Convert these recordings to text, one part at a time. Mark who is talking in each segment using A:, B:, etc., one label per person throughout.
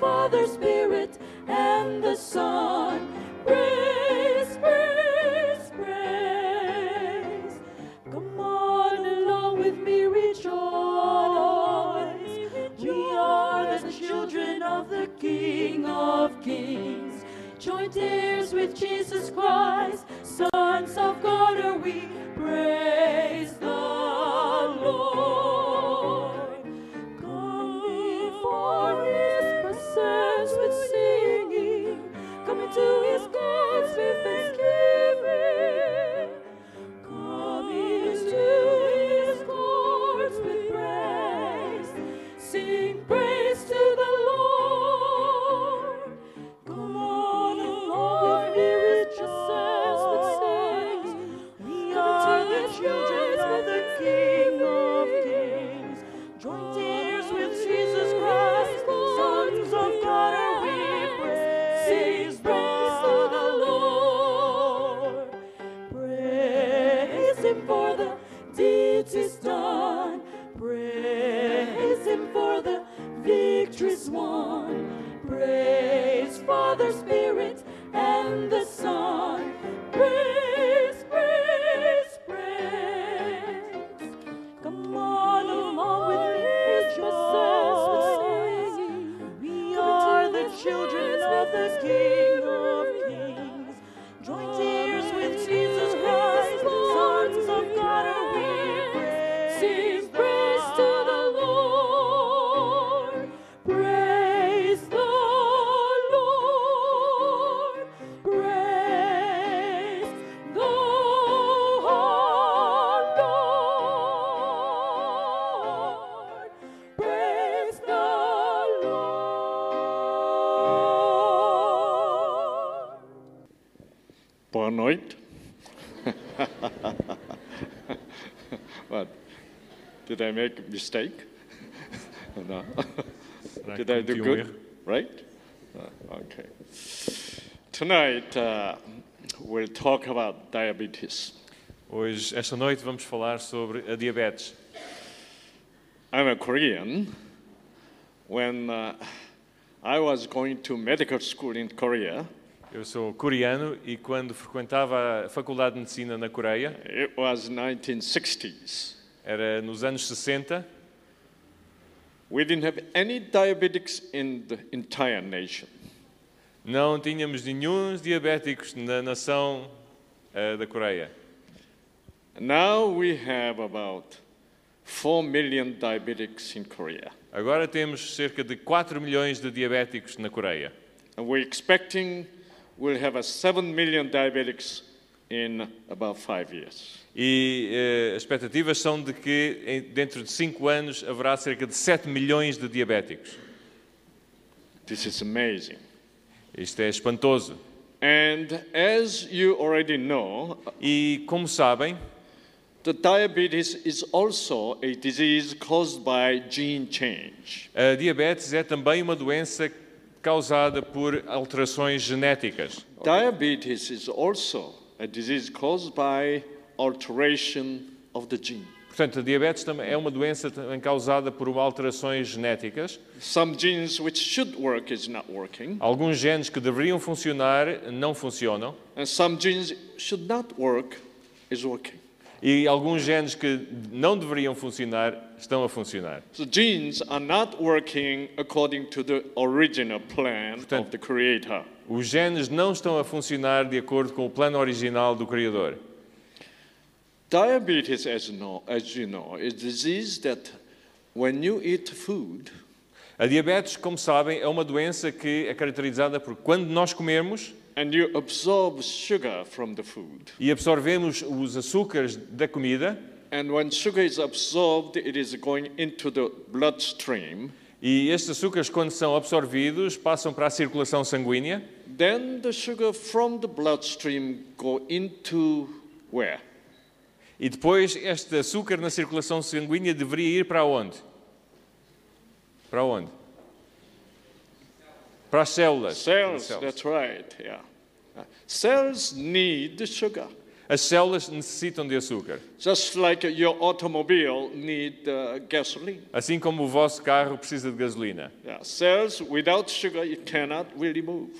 A: Father, Spirit, and the Son. Praise, praise, praise. Come on along with me, rejoice. We are the children of the King of Kings. Joint heirs with Jesus Christ, sons of God are we. Praise the Lord. Come before His presence with singing. Come into His courts with thanksgiving. Come into His courts with praise. Sing praise to the Lord. Come on, Lord, here is Jesus with singing. We are the children of the King of Kings. Joint heirs with Jesus Christ, sons of God are we. Praise, praise to the Lord. Praise Him for the deeds He's done. Praise Him for the victories won. Praise Father, Spirit, and the Son. Praise, praise, praise. Come on along with me, rejoice with singing. We are the children of the King of Kings. Joint heirs with Jesus Christ, sons of God are we. Sing praise to the Lord. Praise the Lord. Praise the Lord. Praise the Lord.
B: Boa noite. what? Did I make a mistake? no.
C: Did I
B: Did I do good?
C: commit um erro?
B: Right? Uh, okay. Tonight uh, we'll talk about diabetes.
C: Hoje, esta noite, vamos falar sobre a diabetes.
B: I'm a Korean. When uh, I was going to medical school in Korea,
C: Eu sou coreano e quando frequentava a Faculdade de Medicina na Coreia,
B: it was 1960s.
C: era nos anos 60,
B: We didn't have any diabetics in the entire nation.
C: não tínhamos nenhum diabéticos na nação ah, da Coreia.
B: Now we have about 4 million diabetics in Korea.
C: Agora temos cerca de 4 milhões de diabéticos na Coreia.
B: And we're expecting we'll have a 7 million diabetics in about five years.
C: E eh, as expectativas são de que em- dentro de 5 anos haverá cerca de 7 milhões de diabéticos.
B: This is amazing.
C: Isto é espantoso.
B: And as you already know,
C: E como sabem,
B: the diabetes is also a disease caused by gene change.
C: A diabetes é também uma doença causada por alterações genéticas.
B: Diabetes is also a disease caused by alteration of the gene.
C: Portanto, a diabetes também é uma doença também causada por alterações genéticas.
B: Some genes which should work is not working.
C: Alguns genes que deveriam funcionar não funcionam
B: And some genes should not work is working.
C: e alguns genes que não deveriam funcionar estão a funcionar.
B: So genes are not working according to the original plan
C: Portanto-
B: of the creator.
C: Os genes não estão a funcionar de acordo com o plano original do criador.
B: Diabetes, as you know, as you know is a disease that when you eat food,
C: A diabetes, como sabem, é uma doença que é caracterizada por quando nós comemos
B: and you absorb sugar from the food,
C: e absorvemos os açúcares da comida,
B: and when sugar is absorbed, it is going into the bloodstream,
C: E estes açúcares, quando são absorvidos, passam para a circulação sanguínea
B: then the sugar from the bloodstream go into where?
C: e depois este açúcar na circulação sanguínea deveria ir para onde? Para onde? Para as células.
B: Cells, that's right, yeah. Uh, Cells need sugar.
C: As células necessitam de açúcar,
B: Just like your automobile need uh, gasoline.
C: assim como o vosso carro precisa de gasolina.
B: Yeah, cells without sugar it cannot really move.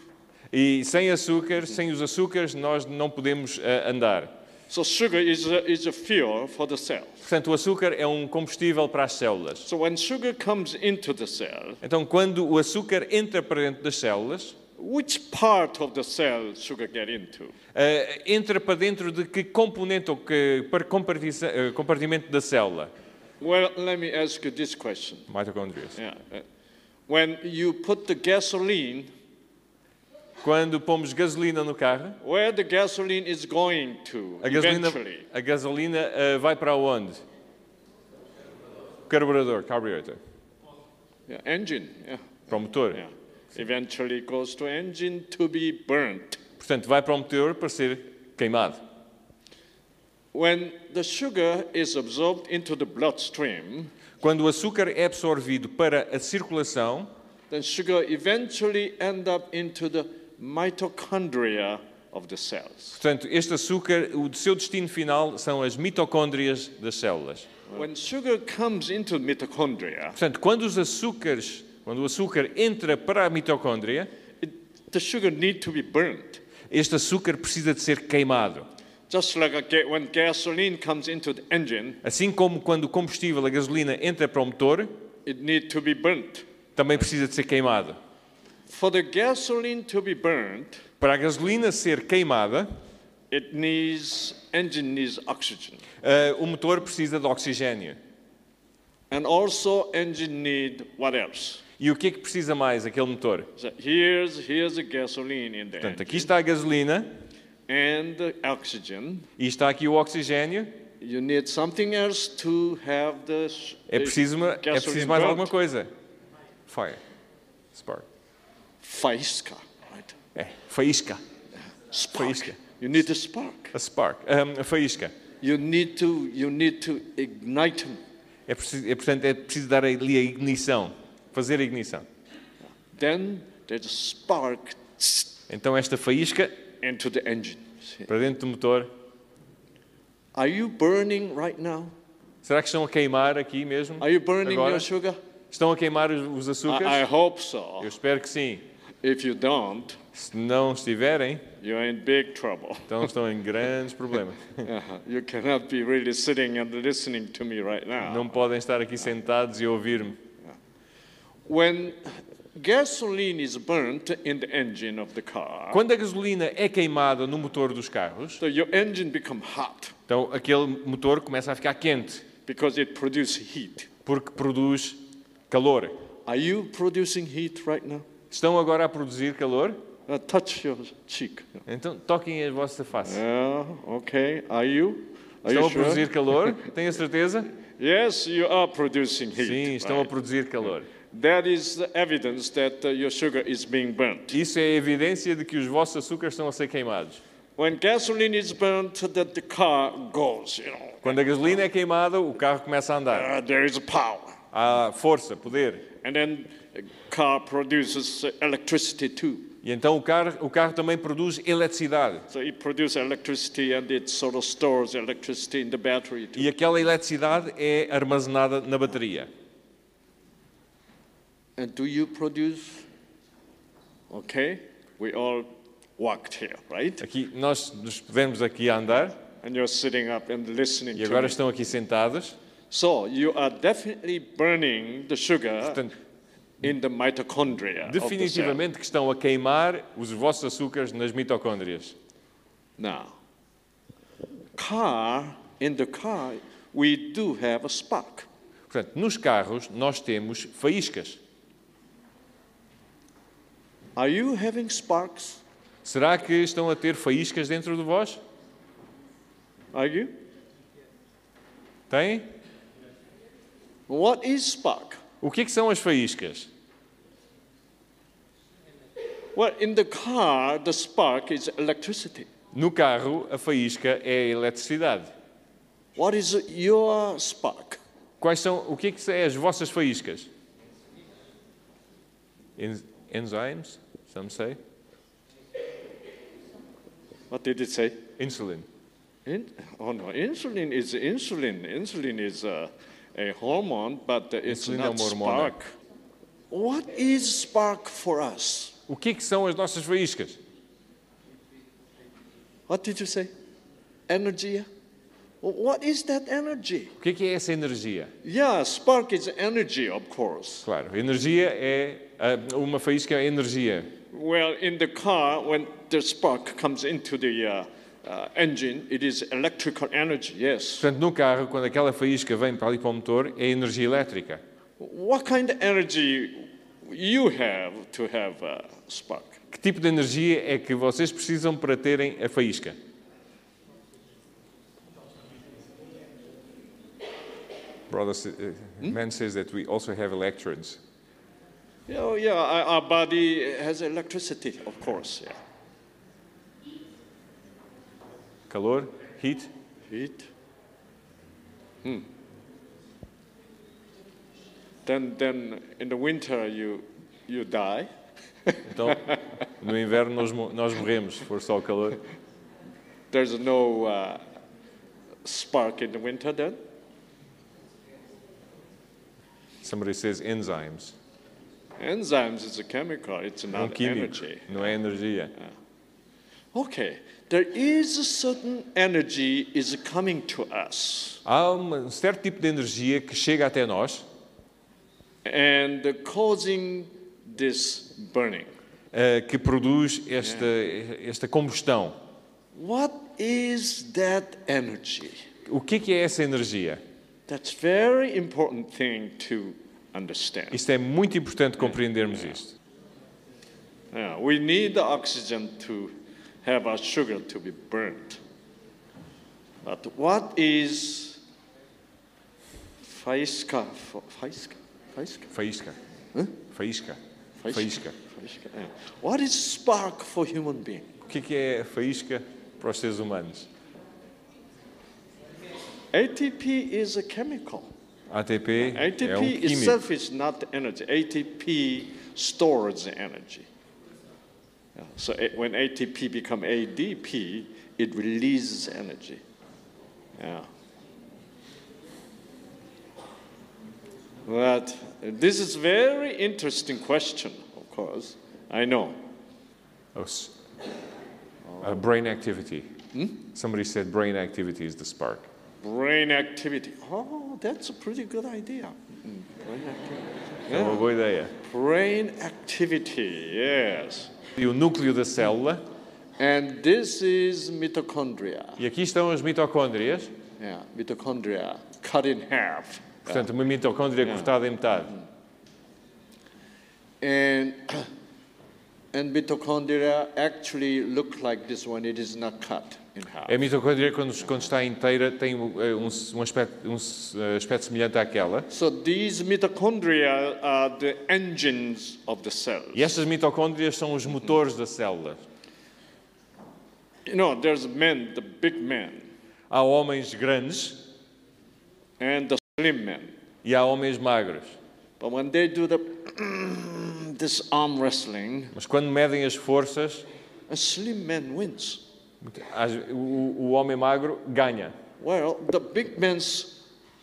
C: E sem açúcar, sem os açúcares, nós não podemos eh, andar.
B: So sugar is a, is a fuel for the cell.
C: Portanto, o açúcar é um combustível para as células.
B: So when sugar comes into the cell,
C: Então, quando o açúcar entra para dentro das células,
B: which part of the cell sugar get into?
C: eh, entra para dentro de que componente ou que par- compartiça- eh, compartimento da célula?
B: Well, let me ask you this question.
C: Mitocôndrias.
B: Yeah. uh, When you put the gasoline,
C: Quando pomos gasolina no carro,
B: where the gasoline is going to
C: a gasolina,
B: eventually?
C: a gasolina eh, vai para onde? Carburador, carburetor,
B: Yeah, engine. Yeah.
C: para o motor.
B: Yeah. Eventually goes to engine to be burnt.
C: Portanto, vai para o motor para ser queimado.
B: When the sugar is absorbed into the bloodstream,
C: Quando o açúcar é absorvido para a circulação,
B: then sugar eventually end up into the mitochondria of the cells.
C: portanto, este açúcar, o seu destino final são as mitocôndrias das células.
B: When sugar comes into mitochondria,
C: Portanto, quando os açúcares, quando o açúcar entra para a mitocôndria,
B: it, the sugar need to be burnt.
C: este açúcar precisa de ser queimado.
B: Just like a ga- when gasoline comes into the engine,
C: Assim como quando o combustível, a gasolina, entra para o motor,
B: it need to be burnt.
C: também precisa de ser queimado.
B: For the gasoline to be burnt,
C: Para a gasolina ser queimada,
B: it needs engine needs oxygen,
C: eh, o motor precisa de oxigênio.
B: and also engine need what else?
C: E o que é que precisa mais aquele motor?
B: So here's here's the gasoline in there,
C: Portanto, aqui está a gasolina
B: and the oxygen.
C: e está aqui o oxigênio
B: You need something else to have the. s-
C: É
B: the
C: preciso, uma- é
B: gasoline
C: preciso mais
B: burnt.
C: alguma coisa. Fire. Spark.
B: Faísca, right?
C: É, faísca.
B: Spark.
C: Faísca.
B: You need the spark.
C: A spark. Ahm, a faísca.
B: You need to you need to ignite them.
C: É preciso, é, portanto, é preciso dar ali a ignição. Fazer a ignição.
B: Then there's a spark tss,
C: Então esta faísca
B: into the engine. See?
C: para dentro do motor.
B: Are you burning right now?
C: Será que estão a queimar aqui mesmo?
B: Are you burning
C: Agora?
B: your Ah, sugar?
C: Estão a queimar os, os açúcares?
B: I, I hope so.
C: Eu espero que sim.
B: If you don't,
C: Se não estiverem,
B: you're in big trouble.
C: então estão em grandes problemas.
B: Uh-huh. you cannot be really sitting and listening to me right now.
C: Não podem estar aqui sentados e ouvir-me.
B: When gasoline is burnt in the engine of the car,
C: Quando a gasolina é queimada no motor dos carros,
B: so your engine become hot
C: então aquele motor começa a ficar quente.
B: because it produces heat.
C: porque produz calor.
B: Are you producing heat right now?
C: Estão agora a produzir calor?
B: Uh, touch your cheek.
C: Então toquem a vossa face.
B: Yeah, okay. Are you? É. Are
C: Estão
B: you
C: a produzir
B: sure?
C: calor? Tenho a certeza?
B: Yes, you are producing
C: Sim,
B: heat.
C: estão a
B: right?
C: produzir calor.
B: That is the evidence that uh, your sugar is being burnt.
C: Isso é a evidência de que os vossos açúcares estão a ser queimados.
B: When gasoline is burnt, that the car goes. You know,
C: Quando a gasolina é queimada, o carro começa a andar.
B: uh, there is power,
C: Há força, poder.
B: and then the car produces uh, electricity too.
C: E então o carro, o carro também produz eletricidade.
B: So it produces electricity and it sort of stores electricity in the battery. Too.
C: E aquela eletricidade é armazenada na bateria.
B: And do you produce? Okay, we all walked here, right?
C: Aqui, nós nos podemos aqui a andar
B: And you're sitting up and listening to
C: e agora
B: me.
C: estão aqui sentados.
B: So you are definitely burning the sugar
C: Portanto,
B: in the mitochondria. of the cell.
C: Definitivamente que estão a queimar os vossos açúcares nas mitocôndrias.
B: Now, car, in the car, we do have a spark.
C: Portanto, nos carros nós temos faíscas.
B: Are you having sparks?
C: Será que estão a ter faíscas dentro de vós?
B: Are you?
C: Tem?
B: What is spark?
C: O que é que são as faíscas?
B: Well, in the car, the spark is electricity.
C: No carro, a faísca é a eletricidade.
B: What is your spark?
C: Quais são, o que é que são as vossas faíscas? En- Enzymes, some say.
B: What did it say?
C: Insulin.
B: In, oh no, insulin is insulin. Insulin is a, a hormone, but it's
C: Insulina é
B: not
C: uma hormona.
B: spark. What is spark for us?
C: O que é que são as nossas faíscas?
B: What did you say? Energy. What is that energy?
C: O que é que é essa energia?
B: Yeah, spark is energy, of course.
C: Claro, energia é. ah, Uma faísca é energia.
B: Well, in the car, when the spark comes into the uh, uh, engine, it is electrical energy. Yes.
C: Portanto, no carro, quando aquela faísca vem para ali para o motor, é energia elétrica.
B: What kind of energy you have to have uh, spark?
C: Que tipo de energia é que vocês precisam para terem a faísca? Brother, eh, man says that we also have electrodes.
B: Yeah, oh, yeah. Our, our body has electricity, of course. Yeah.
C: Calor, heat.
B: Heat. Hmm. Then, then in the winter you you die.
C: Então, no inverno nós, mo- nós morremos, se for só o calor.
B: There's no uh, spark in the winter then.
C: Somebody says enzymes.
B: Enzymes is a chemical. It's
C: É um
B: not
C: químico,
B: energy.
C: não é energia.
B: Okay. There is a certain energy is coming to us,
C: Há uma- um certo tipo de energia que chega até nós
B: and causing this burning.
C: eh, que produz esta,
B: É.
C: esta combustão.
B: What is that energy?
C: O que é, que é essa energia?
B: That's very important thing to understand.
C: Isto é muito importante compreendermos isto.
B: Yeah, we need the oxygen to have our sugar to be burnt. But what is faísca? fa- Faísca? Faísca?
C: Faísca. Faísca.
B: Faísca.
C: Faísca.
B: Faísca, yeah. What is spark for human being?
C: O que é, que é a faísca para os seres humanos?
B: ATP is a chemical.
C: ATP
B: ATP
C: é um químico.
B: itself is not energy. ATP stores energy. Yeah, So a- when ATP become ADP, it releases energy. Yeah. But this is very interesting question, of course. I know.
C: Os- a brain activity. Somebody said brain activity is the spark.
B: Brain activity. Oh, that's a pretty good idea. Mm, Brain activity.
C: É uma
B: Yeah.
C: boa ideia.
B: Brain activity, yes.
C: E o núcleo da célula,
B: And this is mitochondria.
C: e aqui estão as mitocôndrias,
B: Yeah, mitochondria cut in half.
C: portanto, uma mitocôndria cortada em metade.
B: And and mitochondria actually look like this one. It is not cut in half.
C: É A mitocôndria, quando, quando está inteira, tem eh, um, um aspecto, um eh, aspecto semelhante àquela.
B: So these mitochondria are the engines of the cells.
C: E estas mitocôndrias são os motores da célula.
B: You know, there's men, the big men,
C: Há homens grandes
B: and the slim men.
C: e há homens magros.
B: But when they do the this arm wrestling,
C: Mas quando medem as forças,
B: a slim man wins.
C: as- o, o homem magro ganha.
B: Well, the big man's,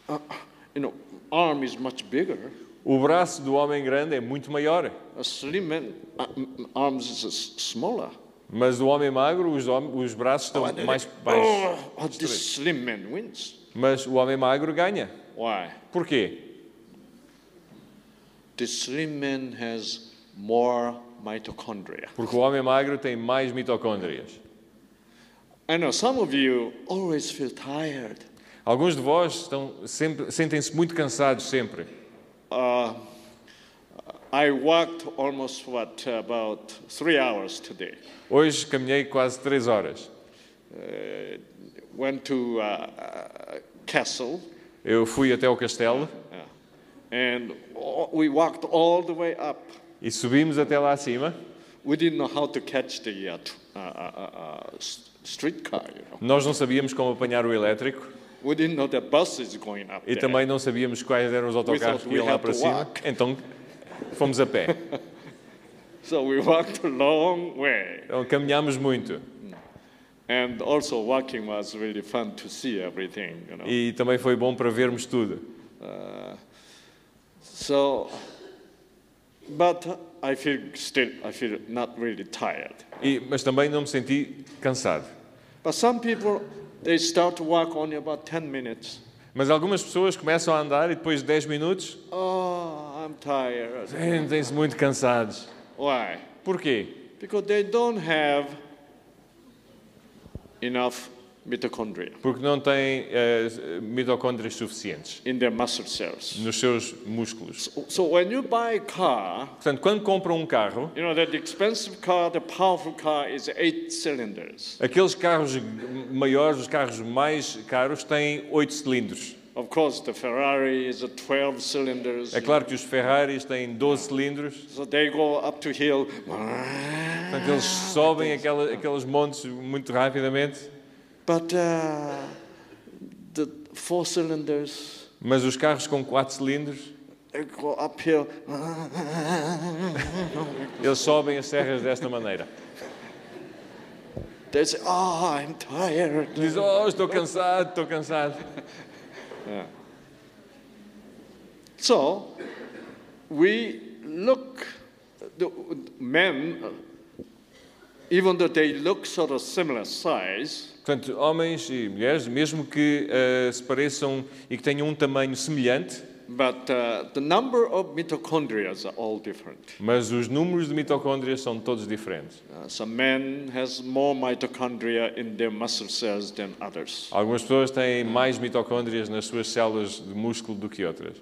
B: uh, you know, arm is much bigger.
C: O braço do homem grande é muito maior,
B: A slim man uh, m- arms is s- smaller.
C: mas do homem magro os, hom- os braços estão mais baixos.
B: Oh, oh, this slim man wins.
C: Mas o homem magro ganha.
B: Why?
C: Porquê?
B: This slim man has more mitochondria.
C: Porque o homem magro tem mais mitocôndrias.
B: I know some of you always feel tired.
C: Alguns de vós estão sempre- sentem-se muito cansados sempre.
B: Uh, I walked almost what about three hours today.
C: Hoje caminhei quase três horas.
B: Uh, went to uh, uh, castle
C: Eu fui até o castelo
B: Yeah. And all- we walked all the way up.
C: e subimos até lá acima.
B: We didn't know how to catch the uh, tr- uh, uh, uh, uh, s- streetcar. You know,
C: Nós não sabíamos como apanhar o elétrico
B: we didn't know the bus is going up
C: e
B: there.
C: também não sabíamos quais eram os autocarros
B: thought
C: que
B: we
C: iam lá
B: had
C: para
B: to
C: cima.
B: walk.
C: Então fomos a pé.
B: So we walked a long way,
C: Então caminhámos muito.
B: And also walking was really fun to see everything, you know.
C: E também foi bom para vermos tudo.
B: Uh, so, but I feel still, I feel not really tired.
C: E- mas também não me senti cansado.
B: But some people, they start to walk only about 10 minutes.
C: Mas algumas pessoas começam a andar e depois de 10 minutos
B: Oh, I'm tired.
C: sentem-se muito cansados.
B: Why?
C: Porquê?
B: Because they don't have enough mitochondria
C: Porque não têm eh, mitocôndrias suficientes
B: in their muscle cells.
C: nos seus músculos.
B: So when you buy a car,
C: Portanto, quando compram um carro,
B: you know that the expensive car, the powerful car is eight cylinders.
C: aqueles carros maiores, os carros mais caros, têm 8 cilindros.
B: Of course, the Ferrari is a 12 cylinders.
C: É claro que os Ferraris têm 12 cilindros,
B: So they go up to hill.
C: portanto, eles sobem aquela, aqueles montes muito rapidamente.
B: But uh, the four cylinders,
C: Mas os carros com 4 cilindros,
B: they go uphill.
C: eles sobem as serras desta maneira.
B: They say, oh, I'm tired.
C: Diz, oh, estou cansado, estou cansado.
B: So we look, the men, even though they look sort of similar size,
C: Portanto, homens e mulheres, mesmo que eh, se pareçam e que tenham um tamanho semelhante,
B: but uh, the number of mitochondria are all different.
C: mas os números de mitocôndrias são todos diferentes.
B: Uh, some men has more mitochondria in their muscle cells than others.
C: Algumas pessoas têm mais mitocôndrias nas suas células de músculo do que outras.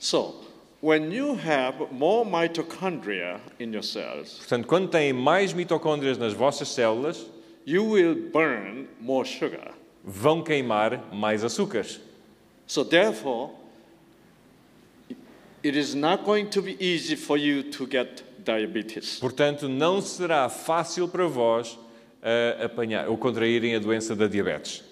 B: So, when you have more mitochondria in your cells,
C: Portanto, quando têm mais mitocôndrias nas vossas células,
B: you will burn more sugar.
C: vão queimar mais açúcares.
B: So, therefore, it is not going to be easy for you to get diabetes.
C: Portanto, não será fácil para vós eh, apanhar ou contraírem a doença da diabetes.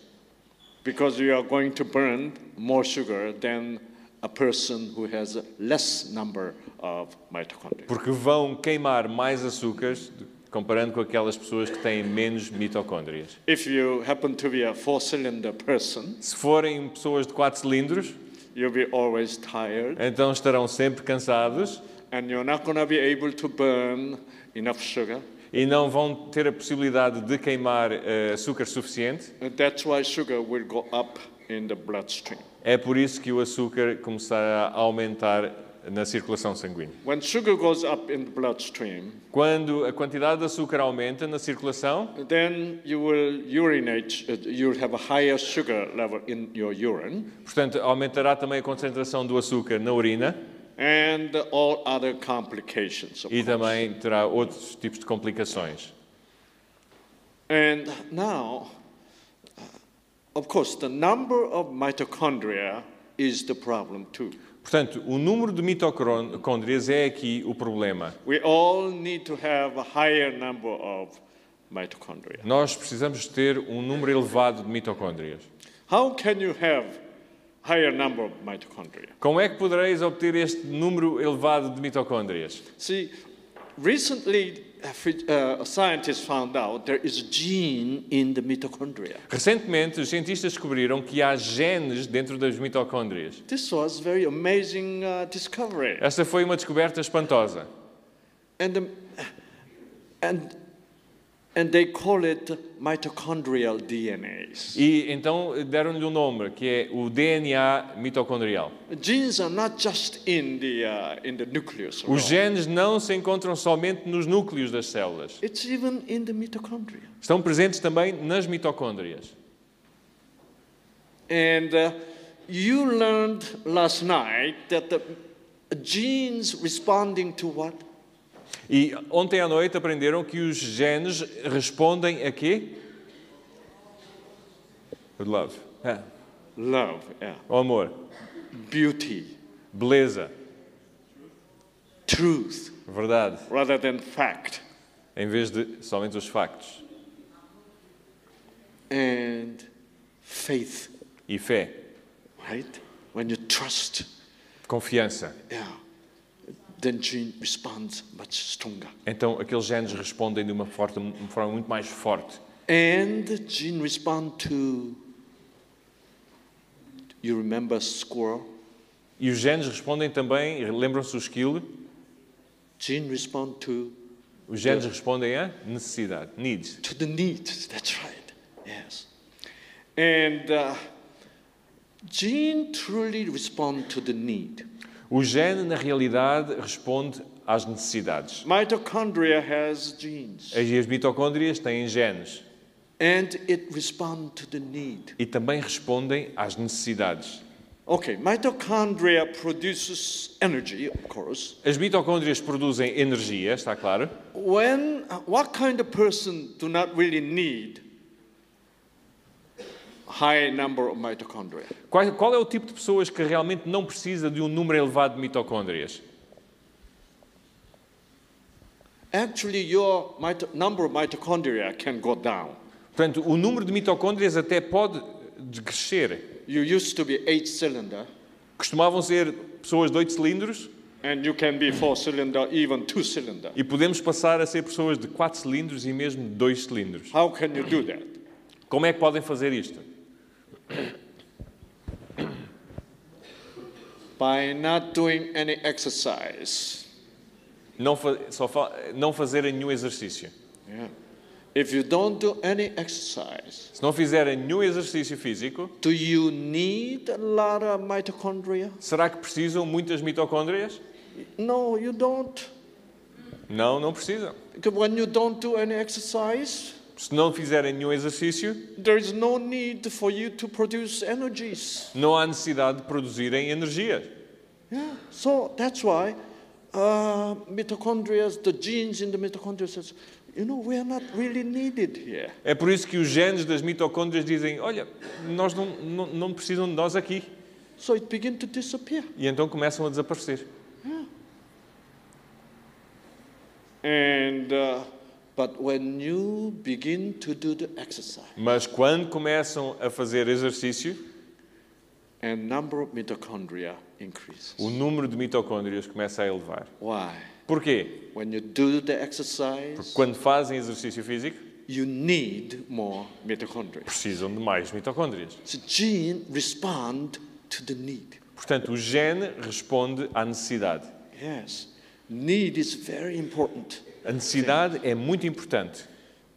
B: because you are going to burn more sugar than a person who has less number of mitochondria.
C: Porque vão queimar mais açúcares de- comparando com aquelas pessoas que têm menos mitocôndrias.
B: If you happen to be a four-cylinder person,
C: Se forem pessoas de 4 cilindros,
B: you'll be always tired
C: então estarão sempre cansados
B: and you're not going to be able to burn enough sugar.
C: e não vão ter a possibilidade de queimar eh, açúcar suficiente.
B: And that's why sugar will go up in the bloodstream.
C: É por isso que o açúcar começará a aumentar na circulação sanguínea.
B: When sugar goes up in the bloodstream,
C: Quando a quantidade de açúcar aumenta na circulação,
B: then you will urinate, uh, you'll have a higher sugar level in your urine,
C: portanto, aumentará também a concentração do açúcar na urina
B: and all other complications. of
C: e
B: course.
C: também terá outros tipos de complicações.
B: And now, uh, of course, the number of mitochondria is the problem too.
C: Portanto, o número de mitocôndrias é aqui o problema.
B: We all need to have a higher number of mitochondria.
C: Nós precisamos ter um número elevado de mitocôndrias.
B: How can you have higher number of mitochondria?
C: Como é que podereis obter este número elevado de mitocôndrias?
B: See, recently uh, scientists found out there is a gene in the mitochondria.
C: Recentemente, os cientistas descobriram que há genes dentro das mitocôndrias.
B: This was very amazing uh, discovery.
C: Esta foi uma descoberta espantosa.
B: And, the, and, and they call it mitochondrial DNAs.
C: E então deram-lhe um nome, que é o DNA mitocondrial.
B: Genes are not just in the, uh, in the nucleus.
C: Os
B: alone.
C: genes não se encontram somente nos núcleos das células.
B: It's even in the mitochondria.
C: Estão presentes também nas mitocôndrias.
B: And uh, you learned last night that the genes responding to what?
C: E ontem à noite aprenderam que os genes respondem a quê? Love. Ah,
B: Love, yeah.
C: ao amor.
B: beauty,
C: Beleza.
B: truth,
C: Verdade.
B: rather than fact.
C: Em vez de somente os factos.
B: And faith,
C: E fé.
B: right? When you trust,
C: Confiança.
B: yeah, then gene responds much stronger.
C: Então aqueles genes respondem de uma forte- uma forma muito mais forte.
B: And the gene respond to, you remember squirrel?
C: E os genes respondem também, lembram-se o skill,
B: Gene respond to,
C: os genes respondem a necessidade, needs.
B: to the needs. That's right. Yes. And uh, gene truly respond to the need.
C: O gene, na realidade, responde às necessidades.
B: Mitochondria has genes,
C: As, as mitocôndrias têm genes
B: and it respond to the need.
C: e também respondem às necessidades.
B: Okay, mitochondria produces energy, of course.
C: As mitocôndrias produzem energia, está claro?
B: When what kind of person do not really need high number of mitochondria?
C: Qual, qual é o tipo de pessoas que realmente não precisa de um número elevado de mitocôndrias?
B: Actually, your mito- number of mitochondria can go down.
C: Portanto, o número de mitocôndrias até pode crescer.
B: You used to be eight cylinder,
C: Costumavam ser pessoas de 8 cilindros
B: and you can be four cylinder, even two cylinder.
C: e podemos passar a ser pessoas de 4 cilindros e mesmo de 2 cilindros.
B: How can you do that?
C: Como é que podem fazer isto?
B: By not doing any exercise.
C: Não, fa- só fa- não fazerem nenhum exercício.
B: Yeah. If you don't do any exercise,
C: Se não fizerem nenhum exercício físico,
B: do you need a lot of mitochondria?
C: será que precisam muitas mitocôndrias?
B: No, you don't.
C: Não, não precisam.
B: Because when you don't do any exercise,
C: Se não fizerem nenhum exercício,
B: there is no need for you to produce energies.
C: não há necessidade de produzirem energia.
B: Yeah. So that's why uh, mitochondria, the genes in the mitochondria says, you know, we are not really needed here.
C: É por isso que os genes das mitocôndrias dizem: olha, nós não, não, não precisam de nós aqui.
B: So it begins to disappear.
C: E então começam a desaparecer.
B: And uh, but when you begin to do the exercise,
C: Mas quando começam a fazer exercício,
B: and number of mitochondria increases.
C: o número de mitocôndrias começa a elevar.
B: Why?
C: Porquê?
B: When you do the
C: Porque
B: exercise,
C: quando fazem exercício físico,
B: you need more mitochondria.
C: precisam de mais mitocôndrias.
B: So gene respond to the need.
C: Portanto, o gene responde à necessidade.
B: Yes, need is very important.
C: A necessidade é muito importante.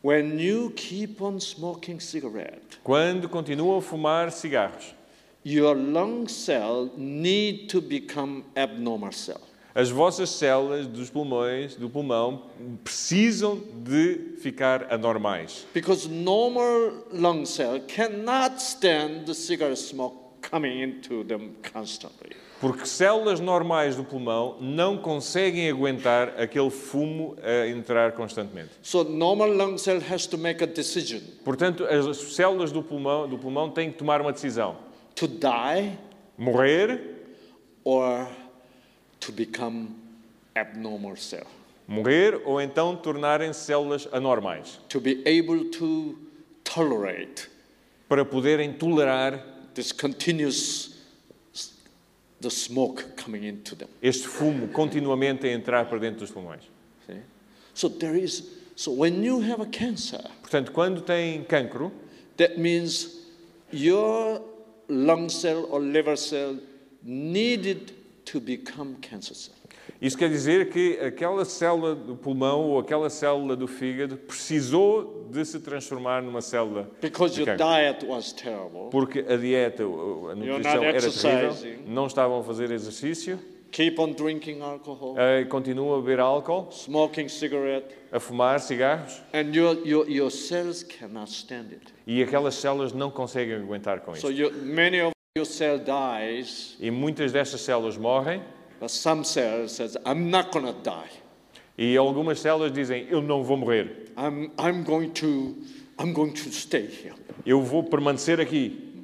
B: When you keep on smoking cigarette,
C: Quando continuam a fumar cigarros,
B: your lung cell need to become abnormal cell.
C: as vossas células dos pulmões, do pulmão, precisam de ficar anormais.
B: Because normal lung cell cannot stand the cigarette smoke coming into them constantly.
C: Porque células normais do pulmão não conseguem aguentar aquele fumo a entrar constantemente.
B: So normal lung cell has to make a decision
C: Portanto, as células do pulmão, do pulmão têm que tomar uma decisão:
B: to die
C: morrer,
B: or to become abnormal cell.
C: morrer ou então tornarem-se células anormais,
B: To be able to tolerate
C: para poderem tolerar
B: this continuous s- the smoke coming into them.
C: este fumo continuamente a entrar para dentro dos pulmões.
B: See? So there is so when you have a cancer,
C: Portanto, quando tem cancro,
B: that means your lung cell or liver cell needed to become cancer cell.
C: isso quer dizer que aquela célula do pulmão ou aquela célula do fígado precisou de se transformar numa célula
B: Because
C: de
B: your
C: cancro.
B: diet was terrible.
C: Porque a dieta, o- a nutrição
B: not
C: era terrível,
B: exercising.
C: não estavam a fazer exercício,
B: Keep on drinking alcohol,
C: eh, continuam a beber álcool,
B: smoking cigarette,
C: a fumar cigarros
B: and your, your, your cells cannot stand it.
C: e aquelas células não conseguem aguentar com
B: So
C: isso.
B: you, many of your cell dies,
C: E muitas destas células morrem
B: but some cells says, I'm not gonna die.
C: e algumas células dizem, eu não vou morrer,
B: I'm, I'm going to I'm going to stay here.
C: eu vou permanecer aqui.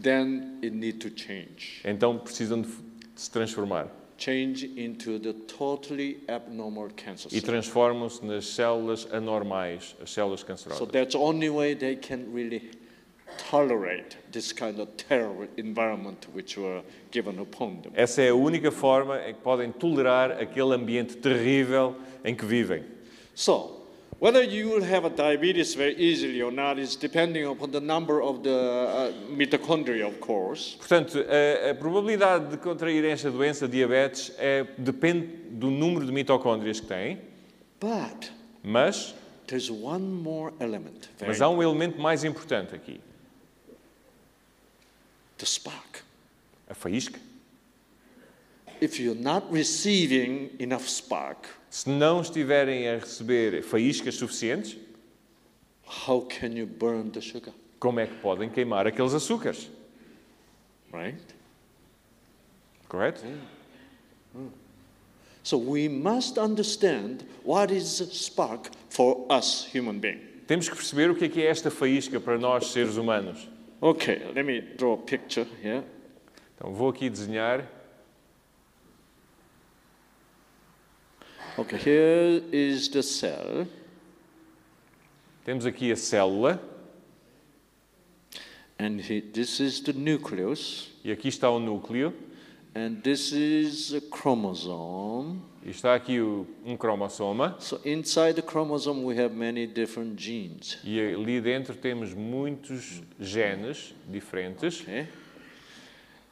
B: Then it need to change.
C: Então precisam de f- de se transformar
B: Change into the totally abnormal cancer
C: e
B: cell.
C: transformam-se nas células anormais, as células
B: So
C: cancerosas.
B: that's the only way they can really tolerate this kind of terrible environment which were given upon them.
C: Essa é a única forma em que podem tolerar aquele ambiente terrível em que vivem.
B: So Whether you will have a diabetes very easily or not is depending upon the number of the uh, mitochondria, of course.
C: Portanto, a, a probabilidade de contrair esta doença, diabetes, é, depende do número de mitocôndrias que tem,
B: But
C: mas,
B: there's one more element, very-
C: mas há um elemento mais importante aqui:
B: the spark.
C: a faísca.
B: If you're not receiving enough spark,
C: Se não estiverem a receber faíscas suficientes,
B: how can you burn the sugar,
C: como é que podem queimar aqueles açúcares?
B: right?
C: Correto?
B: So we must understand what is spark for us human beings.
C: Temos que perceber o que é que é esta faísca para nós, seres humanos.
B: Okay, let me draw a picture here.
C: Então, vou aqui desenhar.
B: Okay, here is the cell.
C: Temos aqui a célula,
B: And he, this is the nucleus,
C: e aqui está o núcleo,
B: and this is a chromosome.
C: e está aqui o- um cromossoma,
B: So inside the chromosome, we have many different genes.
C: e ali dentro temos muitos genes diferentes.
B: Okay,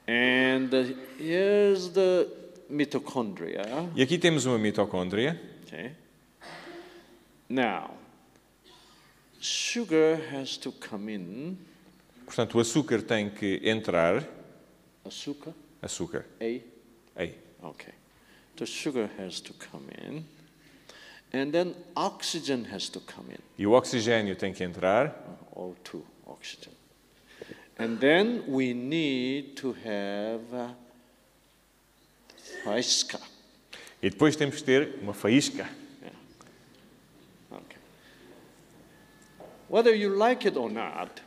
B: and uh, here's the mitochondria.
C: E aqui temos uma mitocôndria.
B: Okay, now sugar has to come in.
C: Portanto, o açúcar tem que entrar.
B: Azúcar,
C: Açúcar.
B: a
C: Aí.
B: Okay. The sugar has to come in. And then oxygen has to come in.
C: E o oxigênio tem que entrar.
B: O2, oxygen. And then we need to have uh, faísca.
C: E depois temos que ter uma faísca.
B: Okay. Whether you like it or not,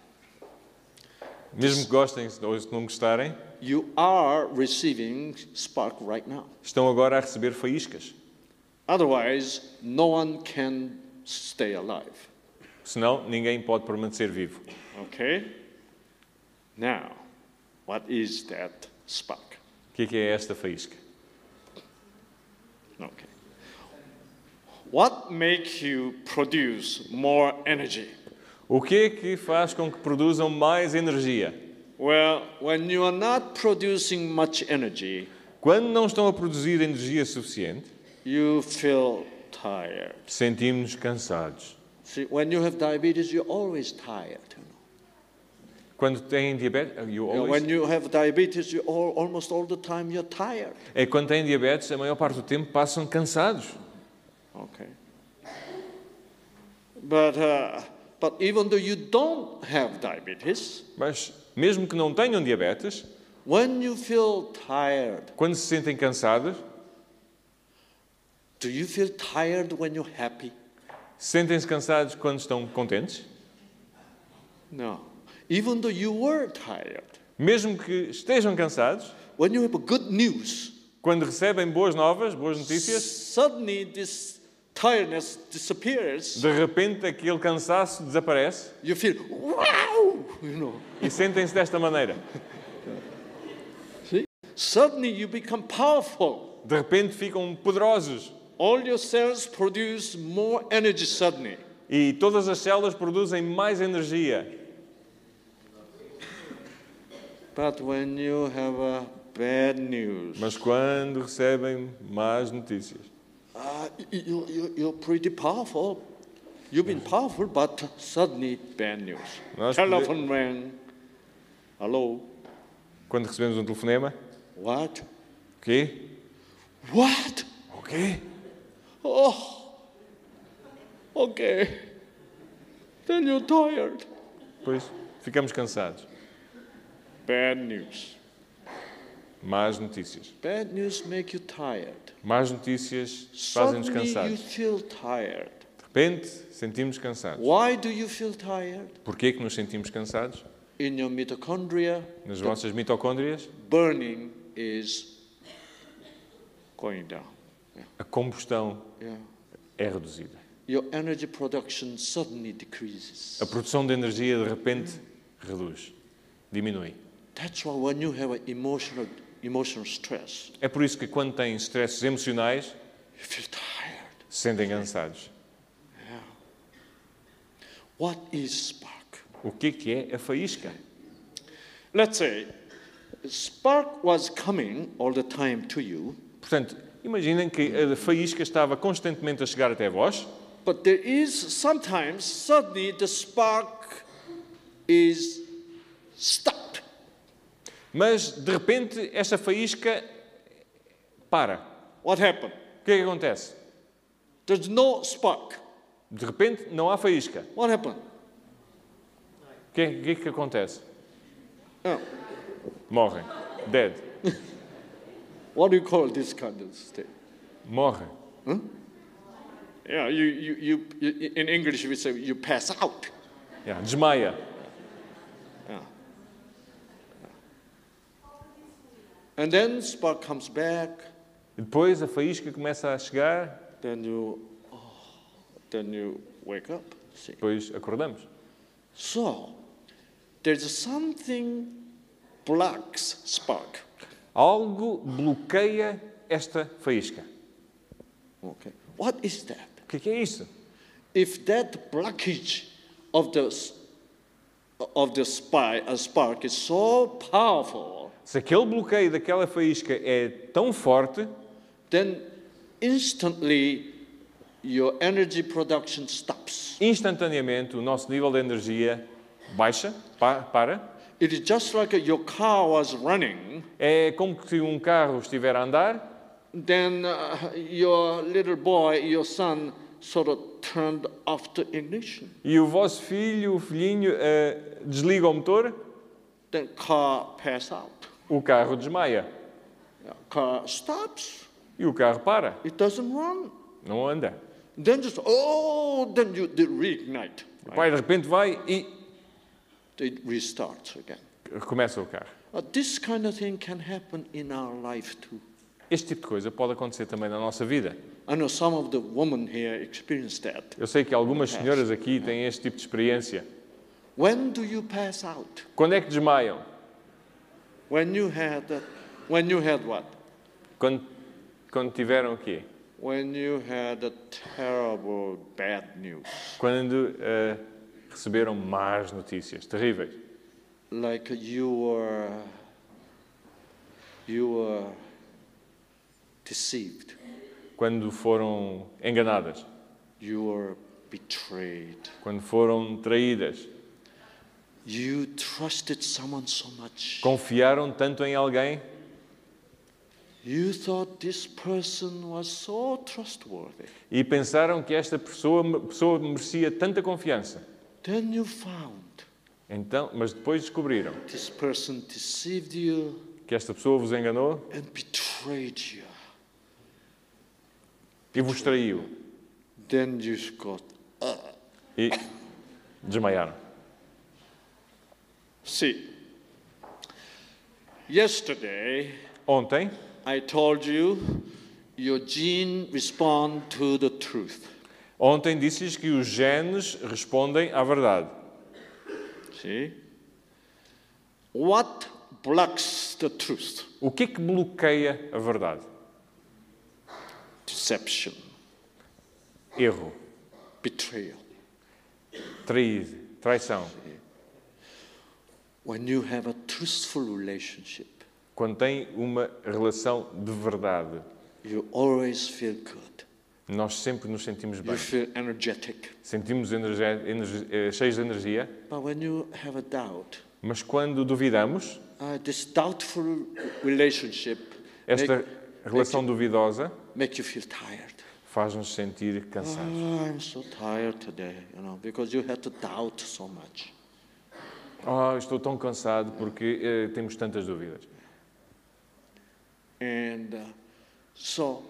C: Mesmo que gostem ou se não gostarem,
B: you are receiving spark right now.
C: estão agora a receber faíscas.
B: Otherwise, no one can stay alive.
C: Senão, ninguém pode permanecer vivo.
B: Okay? Now, what is that spark?
C: O que é, que é esta faísca?
B: Okay. What makes you produce more energy?
C: O que é que faz com que produzam mais energia?
B: Well, when you are not producing much energy,
C: Quando não estão a produzir energia suficiente,
B: you feel tired.
C: sentimos-nos cansados.
B: See, when you have diabetes, you're always tired. you know.
C: Quando têm diabetes, you
B: You know,
C: always-
B: When you have diabetes, you all, almost all the time you're tired.
C: é quando têm diabetes, a maior parte do tempo passam cansados.
B: Okay. But uh, but even though you don't have diabetes,
C: Mas mesmo que não tenham diabetes,
B: when you feel tired,
C: quando se sentem cansados,
B: do you feel tired when you're happy?
C: sentem-se cansados quando estão contentes?
B: No. Even though you were tired,
C: Mesmo que estejam cansados,
B: when you have good news,
C: quando recebem boas novas, boas notícias,
B: suddenly this tiredness disappears.
C: de repente aquele cansaço desaparece
B: You feel, wow! You know.
C: e sentem-se desta maneira.
B: Suddenly you become powerful.
C: De repente ficam poderosos
B: All your cells produce more energy suddenly.
C: e todas as células produzem mais energia.
B: But when you have a bad news,
C: Mas quando recebem más notícias,
B: uh, you, you, you're pretty powerful. You've been powerful, but suddenly bad news.
C: Nós pode-
B: Telephone rang. Hello?
C: quando recebemos um telefonema,
B: What?
C: o quê?
B: What?
C: O quê?
B: Oh, okay. Then you're tired.
C: Pois ficamos cansados.
B: Bad news.
C: Más notícias.
B: Bad news make you tired.
C: Más notícias fazem-nos
B: Suddenly you
C: cansados.
B: feel tired.
C: De repente sentimos cansados.
B: Why do you feel tired?
C: Porquê que nos sentimos cansados?
B: In your mitochondria,
C: Nas nossas mitocôndrias,
B: burning is going down.
C: a combustão
B: Yeah.
C: é reduzida.
B: Your energy production suddenly decreases.
C: A produção de energia de repente reduz, diminui.
B: That's why when you have an emotional emotional stress,
C: É por isso que quando têm estresses emocionais,
B: you feel tired.
C: se sentem cansados.
B: What is spark?
C: O que é que é a faísca?
B: Let's say spark was coming all the time to you,
C: Portanto, imaginem que a faísca estava constantemente a chegar até vós,
B: but there is sometimes suddenly the spark is stopped.
C: mas de repente esta faísca para.
B: What happened?
C: O que é que acontece?
B: There's no spark.
C: De repente não há faísca.
B: What happened?
C: O que é o que, é que acontece?
B: Oh,
C: Morrem. Dead.
B: what do you call this kind of state?
C: Morrem.
B: Yeah, you, you, you, in English we say you pass out.
C: Yeah, desmaia.
B: And then spark comes back,
C: E Depois a faísca começa a chegar,
B: then you, oh, then you wake up. See.
C: depois acordamos.
B: So there's something blocks spark.
C: Algo bloqueia esta faísca.
B: Okay. What is that?
C: O que é que é isso?
B: If that blockage of the s- of the spy, a spark is so powerful,
C: Se aquele bloqueio daquela faísca é tão forte,
B: then instantly your energy production stops.
C: instantaneamente o nosso nível de energia baixa, pa- para.
B: It is just like your car was running,
C: É como que se um carro estiver a andar,
B: then uh, your little boy, your son, sort of turned off the ignition.
C: e o vosso filho, o filhinho, eh, desliga o motor,
B: Then car pass out.
C: o carro desmaia.
B: Yeah, Car stops.
C: E o carro para,
B: It doesn't run.
C: não anda.
B: Then just oh, then you they reignite.
C: O pai de repente vai e
B: It restarts again.
C: começa o carro.
B: Uh, this kind of thing can happen in our life too.
C: Este tipo de coisa pode acontecer também na nossa vida.
B: I know some of the women here experience that.
C: Eu sei que algumas senhoras aqui têm este tipo de experiência.
B: When do you pass out?
C: Quando é que desmaiam?
B: When you had, uh, when you had what?
C: Quando, quando tiveram o quê?
B: When you had a terrible bad news,
C: Quando eh, receberam más notícias, terríveis.
B: like you were, you were deceived,
C: Quando foram enganadas,
B: you were betrayed,
C: quando foram traídas.
B: you trusted someone so much.
C: Confiaram tanto em alguém,
B: You thought this person was so trustworthy.
C: e pensaram que esta pessoa, pessoa merecia tanta confiança.
B: Then you found
C: Então, mas depois descobriram
B: this person deceived you
C: que esta pessoa vos enganou
B: and betrayed you.
C: e vos traiu
B: Then you got
C: e desmaiaram.
B: see. Yesterday
C: Ontem
B: I told you your gene respond to the truth.
C: Ontem disse-lhes que os genes respondem à verdade.
B: See? What blocks the truth?
C: O que é que bloqueia a verdade?
B: Deception,
C: Erro,
B: betrayal.
C: trair, traição.
B: When you have a truthful relationship,
C: Quando tem uma relação de verdade,
B: you always feel good.
C: nós sempre nos sentimos
B: You
C: bem,
B: feel energetic.
C: sentimos energe- energe- eh, cheios de energia,
B: But when you have a doubt,
C: mas quando duvidamos,
B: uh, this doubtful relationship
C: esta
B: make,
C: relação duvidosa
B: make you feel tired.
C: faz-nos sentir cansados.
B: "Oh, I'm so tired today, you know, because you had to doubt so much.
C: Ah, estou tão cansado porque eh, temos tantas dúvidas.
B: And uh, so,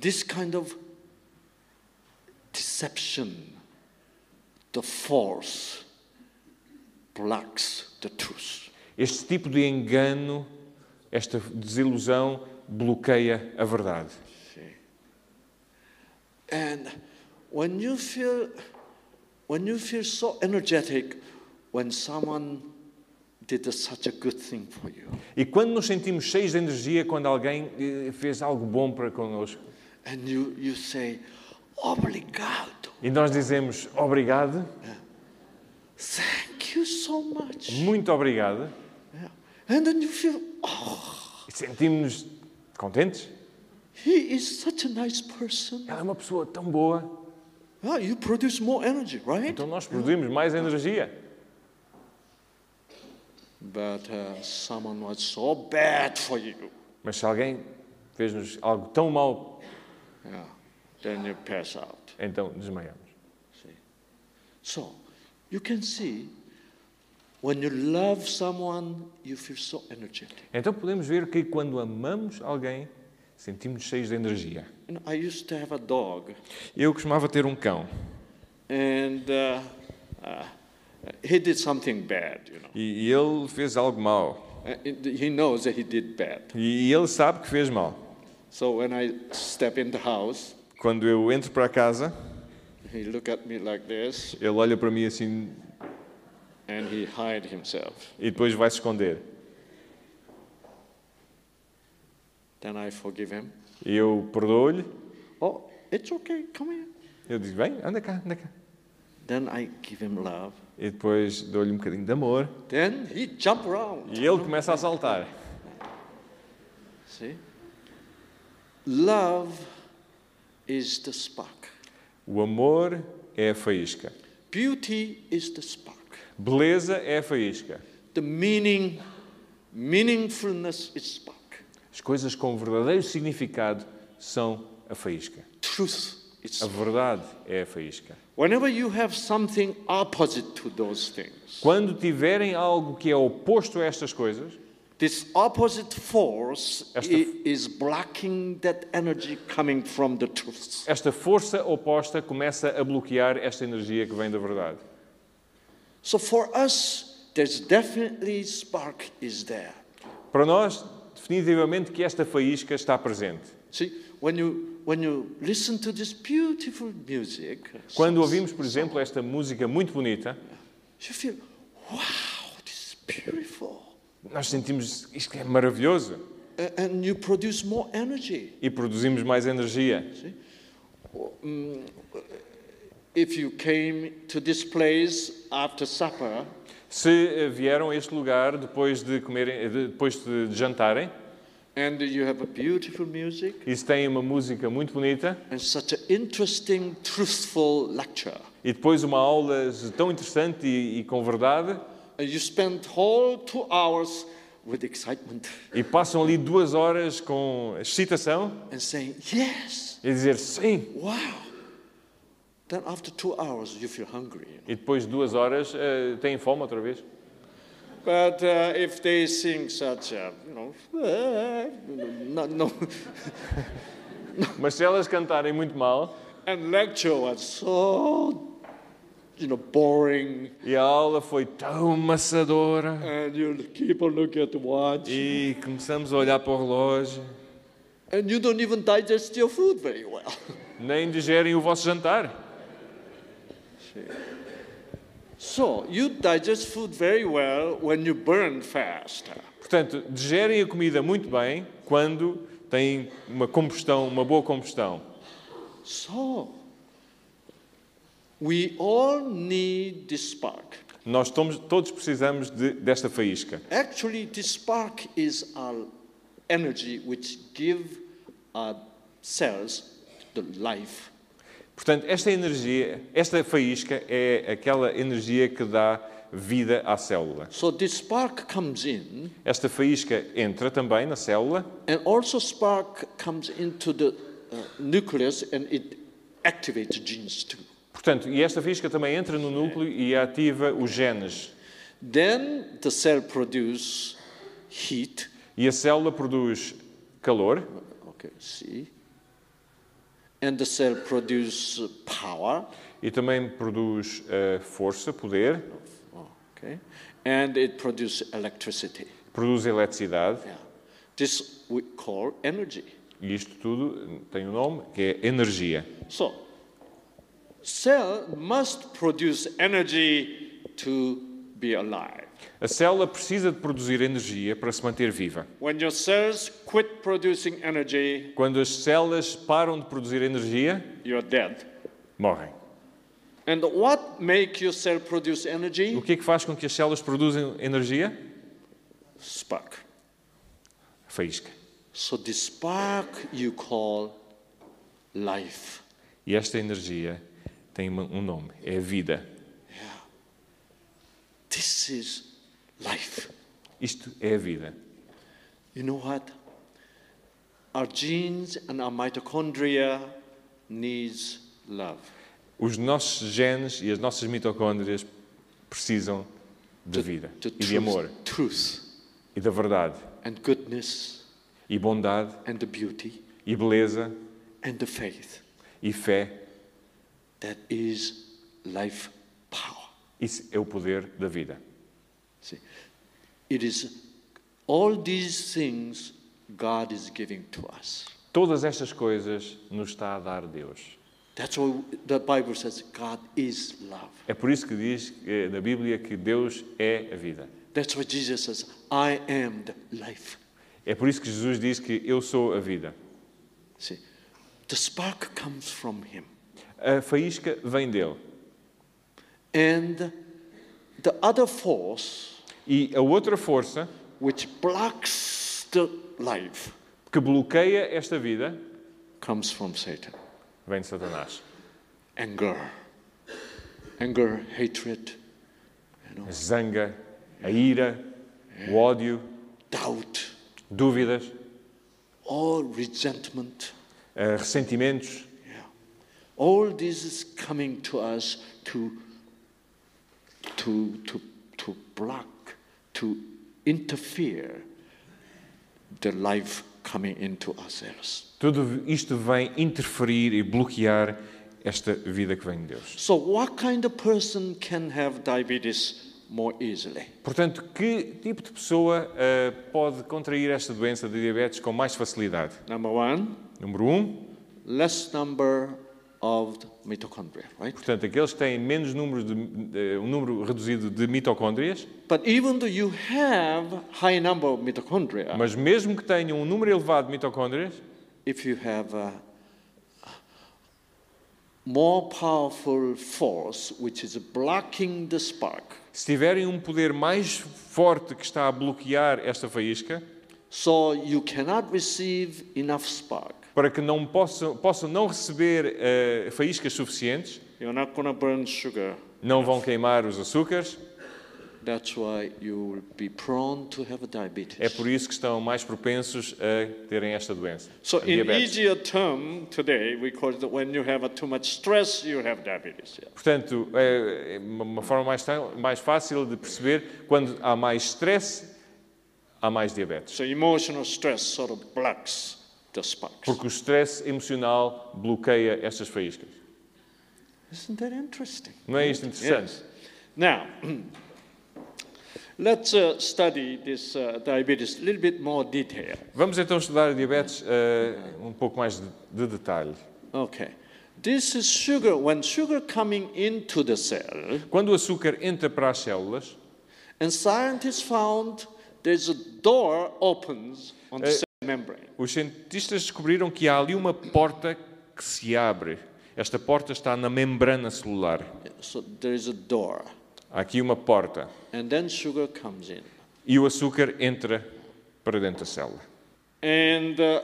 B: this kind of deception, the force blocks the truth.
C: Este tipo de engano, esta desilusão, bloqueia a verdade.
B: See? And when you feel when you feel so energetic when someone did a- such a good thing for you
C: E quando nos sentimos cheios de energia, quando alguém eh, fez algo bom para connosco,
B: and you, you say obrigado
C: E nós dizemos obrigado,
B: Thank you so much.
C: muito obrigado,
B: And then you feel, oh,
C: e sentimos-nos contentes.
B: he is such a nice person.
C: Ela é uma pessoa tão boa.
B: Ah, you produce more energy, right?
C: Então nós produzimos mais energia.
B: But uh, someone was so bad for you.
C: Mas se alguém fez-nos algo tão mau,
B: Yeah. Then you pass out.
C: então desmaiamos.
B: So you can see when you love someone, you feel so energetic.
C: Então podemos ver que quando amamos alguém, sentimos cheios de energia.
B: You know, I used to have a dog,
C: Eu costumava ter um cão
B: and uh, uh, he did something bad, you know.
C: e e ele fez algo mau.
B: Uh, it- he knows that he did bad.
C: E e ele sabe que fez mal.
B: So when I step in the house,
C: Quando eu entro para casa,
B: he look at me like this,
C: ele olha para mim assim
B: and he hide himself.
C: e depois vai se esconder.
B: Then I forgive him.
C: Eu perdoo-lhe.
B: Oh, it's okay, come here.
C: Eu digo, vem, anda cá, anda cá.
B: Then I give him love.
C: E depois dou-lhe um bocadinho de amor.
B: Then he jump around.
C: E ele começa a saltar.
B: See? Love is the spark.
C: O amor é a faísca.
B: Beauty is the spark.
C: Beleza é a faísca.
B: The meaning, meaningfulness is spark.
C: As coisas com verdadeiro significado são a faísca.
B: Truth is
C: A
B: spark.
C: verdade é a faísca.
B: Whenever you have something opposite to those things,
C: Quando tiverem algo que é oposto a estas coisas,
B: this opposite force
C: Esta-
B: i- is blocking that energy coming from the truth.
C: esta força oposta começa a bloquear esta energia que vem da verdade.
B: So for us, there's definitely spark is there.
C: Para nós, definitivamente que esta faísca está presente.
B: See, when you when you listen to this beautiful music,
C: Quando ouvimos, por exemplo, esta música muito bonita,
B: you feel, wow, this is beautiful,
C: nós sentimos isto é maravilhoso
B: A- and you produce more energy.
C: e produzimos mais energia.
B: See, Mm, if you came to this place after supper,
C: Se eh, vieram a este lugar depois de comerem, eh, de- depois de jantarem,
B: and you have a beautiful music
C: e se têm uma música muito bonita
B: and such an interesting, truthful lecture,
C: e depois uma aula tão interessante e, e com verdade,
B: and you spend whole two hours with excitement
C: e passam ali duas horas com excitação
B: and saying yes.
C: e dizer sim,
B: Wow. Then after two hours, you feel hungry. you know.
C: e depois de duas horas eh, têm fome outra vez.
B: But uh, if they sing such a, you know, no, no,
C: Mas se elas cantarem muito mal
B: and lecture was so, you know, boring,
C: e a aula foi tão maçadora
B: and you keep on looking at the watch,
C: e começamos a olhar para o relógio,
B: and you don't even digest your food very well.
C: nem digerem o vosso jantar.
B: So you digest food very well when you burn fast.
C: Portanto, digerem a comida muito bem quando têm uma combustão, uma boa combustão.
B: So we all need this spark.
C: Nós tomos- todos precisamos de- desta faísca.
B: Actually, this spark is our energy which give our cells the life.
C: Portanto, esta energia, esta faísca é aquela energia que dá vida à célula.
B: So this spark comes in,
C: Esta faísca entra também na célula
B: and also spark comes into the uh, nucleus, and it activates genes too.
C: Portanto, e esta faísca também entra no núcleo e ativa os genes.
B: Then the cell produce heat.
C: E a célula produz calor,
B: Okay, see. And the cell produce uh, power.
C: e também produz eh, força, poder,
B: Okay, and it produce electricity.
C: produz eletricidade.
B: Yeah. This we call energy.
C: E isto tudo tem um nome, que é energia.
B: So, cell must produce energy to be alive.
C: A célula precisa de produzir energia para se manter viva.
B: When your cells quit producing energy,
C: Quando as células param de produzir energia,
B: you're dead.
C: morrem.
B: And what make your cell produce energy?
C: O que é que faz com que as células produzam energia?
B: Spark.
C: Faísca.
B: So the spark you call life.
C: E esta energia tem uma- um nome, é a vida.
B: This is life.
C: Isto é a vida.
B: You know what? Our genes and our mitochondria needs love
C: Os nossos genes e as nossas mitocôndrias precisam de
B: to,
C: vida
B: to
C: e de amor
B: truth, truth
C: e da verdade
B: and goodness
C: e bondade
B: and the beauty
C: e beleza
B: and the faith.
C: e fé.
B: That is life power.
C: Isso é o poder da vida.
B: See, it is all these things God is giving to us.
C: Todas estas coisas nos está a dar Deus.
B: That's why the Bible says God is love.
C: É por isso que diz eh, na Bíblia que Deus é a vida.
B: That's why Jesus says, I am the life.
C: É por isso que Jesus diz que eu sou a vida.
B: See, the spark comes from Him.
C: A faísca vem dele.
B: And the other force
C: E a outra força
B: which blocks the life
C: que bloqueia esta vida
B: comes from Satan
C: vem de Satanás.
B: anger, anger, hatred, you know,
C: A zanga, a ira, o ódio,
B: doubt,
C: dúvidas,
B: all resentment.
C: eh, ressentimentos.
B: Yeah. All this is coming to us to, to, to, to block, to interfere the life coming into ourselves.
C: Tudo isto vem interferir e bloquear esta vida que vem de Deus.
B: So, what kind of person can have diabetes more easily?
C: Portanto, que tipo de pessoa eh, pode contrair esta doença de diabetes com mais facilidade?
B: Number one,
C: Número um,
B: less number of mitochondria, right?
C: portanto, aqueles que têm menos número de, eh, um número reduzido de mitocôndrias,
B: But even though you have high number of mitochondria,
C: mas mesmo que tenham um número elevado de mitocôndrias,
B: if you have a more powerful force which is blocking the spark.
C: se tiverem um poder mais forte que está a bloquear esta faísca,
B: So you cannot receive enough spark.
C: para que não possam, possam não receber eh, faíscas suficientes,
B: You're not going to burn sugar.
C: não vão queimar os açúcares,
B: That's why you will be prone to have a
C: é
B: diabetes.
C: por isso que estão mais propensos a terem esta doença.
B: So
C: a
B: in
C: diabetes.
B: easier term today, we call it that when you have a too much stress, you have diabetes. Yeah.
C: Portanto, é é uma uma forma mais, tão- mais fácil de perceber quando há mais stress, há mais diabetes.
B: So emotional stress sort of blocks the sparks.
C: Porque o stress emocional bloqueia estas faíscas.
B: Isn't that interesting?
C: Não é isto interessante?
B: Yes. Now, let's uh, study this uh, diabetes a little bit more detail.
C: Vamos então estudar a diabetes eh, um pouco mais de, de detalhe.
B: Okay. This is sugar. When sugar coming into the cell,
C: Quando o açúcar entra para as células,
B: and scientists found there's a door opens on the
C: Eh.
B: cell membrane.
C: os cientistas descobriram que há ali uma porta que se abre. Esta porta está na membrana celular.
B: So there is a door,
C: Há aqui uma porta
B: and then sugar comes in.
C: e o açúcar entra para dentro da célula.
B: And uh,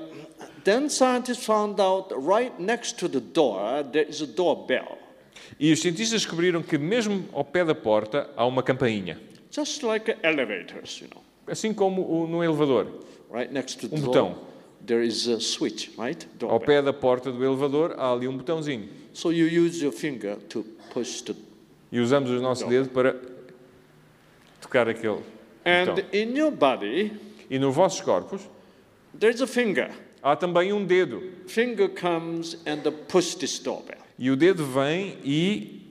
B: then scientists found out right next to the door there is a doorbell,
C: E os cientistas descobriram que mesmo ao pé da porta há uma campainha,
B: just like elevators, you know.
C: assim como o- no elevador.
B: Right next to the
C: Um
B: door,
C: botão.
B: there is a switch, right?
C: Ao
B: Doorbell.
C: pé da porta do elevador há ali um botãozinho.
B: So you use your finger to push the.
C: E usamos o nosso dedo para tocar aquele
B: And
C: botão.
B: in your body,
C: E nos vossos corpos
B: there's a finger.
C: há também um dedo.
B: Finger comes and uh, push this doorbell.
C: E o dedo vem e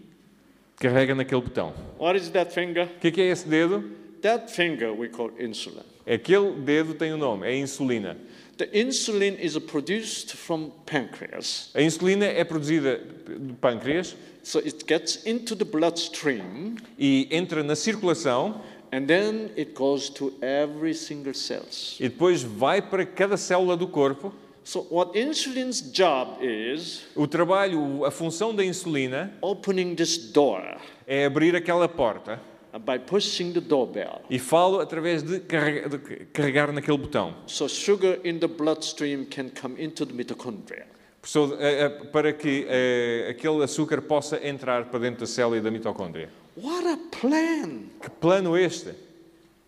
C: carrega naquele botão.
B: What is that finger?
C: O que é, que é esse dedo?
B: That finger we call insulin.
C: Aquele dedo tem um nome, é a insulina.
B: The insulin is produced from pancreas,
C: A insulina é produzida do pâncreas
B: so it gets into the bloodstream
C: e entra na circulação
B: and then it goes to every single cells.
C: e depois vai para cada célula do corpo
B: So what insulin's job is
C: O trabalho, a função da insulina
B: opening this door uh,
C: é abrir aquela porta
B: by pushing the doorbell.
C: e falo através de carregar, de carregar naquele botão.
B: So sugar in the bloodstream can come into the mitochondria.
C: Pessoa- eh, eh, Para que eh, aquele açúcar possa entrar para dentro da célula e da mitocôndria.
B: What a plan!
C: Que plano este?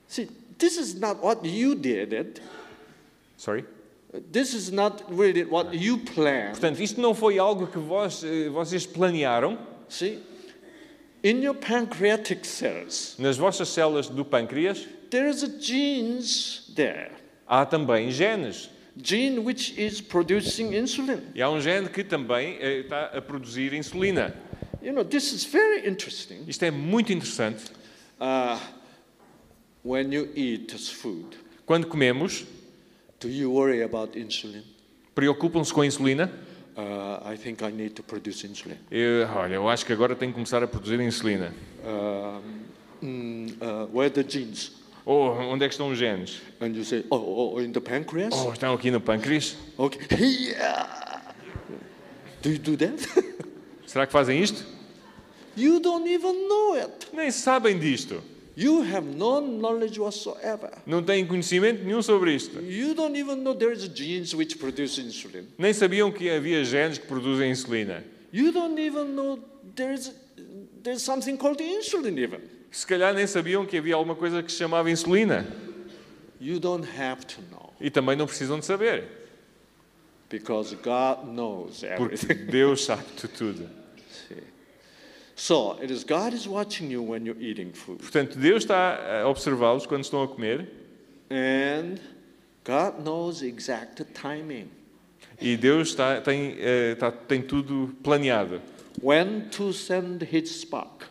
B: See, this is not what you did. It.
C: Sorry?
B: This is not really what you planned.
C: Portanto, isto não foi algo que vós, eh, vocês planearam
B: See, in your pancreatic cells,
C: nas vossas células do pâncreas.
B: there is a genes there,
C: Há também genes.
B: gene which is producing insulin.
C: E há um gene que também eh, está a produzir insulina.
B: You know, this is very interesting.
C: Isto é muito interessante.
B: Uh, when you eat this food,
C: Quando comemos,
B: do you worry about insulin?
C: preocupam-se com a insulina.
B: Uh, I think I need to produce insulin.
C: Eu, olha, eu acho que agora tenho que começar a produzir insulina.
B: Um, mm, uh, where are the genes?
C: Ou onde é que estão os genes?
B: And you say, oh, oh, oh, in the pancreas?
C: Oh, estão aqui no pâncreas.
B: Okay. Yeah. Do you do that?
C: Será que fazem isto?
B: you don't even know it.
C: Nem sabem disto.
B: You have no knowledge whatsoever.
C: Não têm conhecimento nenhum sobre isto.
B: You don't even know there is genes which produce insulin.
C: Nem sabiam que havia genes que produzem insulina.
B: You don't even know there's there's something called insulin even.
C: Se calhar nem sabiam que havia alguma coisa que se chamava insulina.
B: You don't have to know
C: E também não precisam de saber,
B: because God knows
C: porque
B: everything.
C: Deus sabe de tudo.
B: See? so it is God is watching you when you're eating food.
C: Portanto, Deus está a observá-los quando estão a comer
B: And God knows exact timing.
C: e Deus está, tem, eh, está- tem tudo planeado.
B: When to send his spark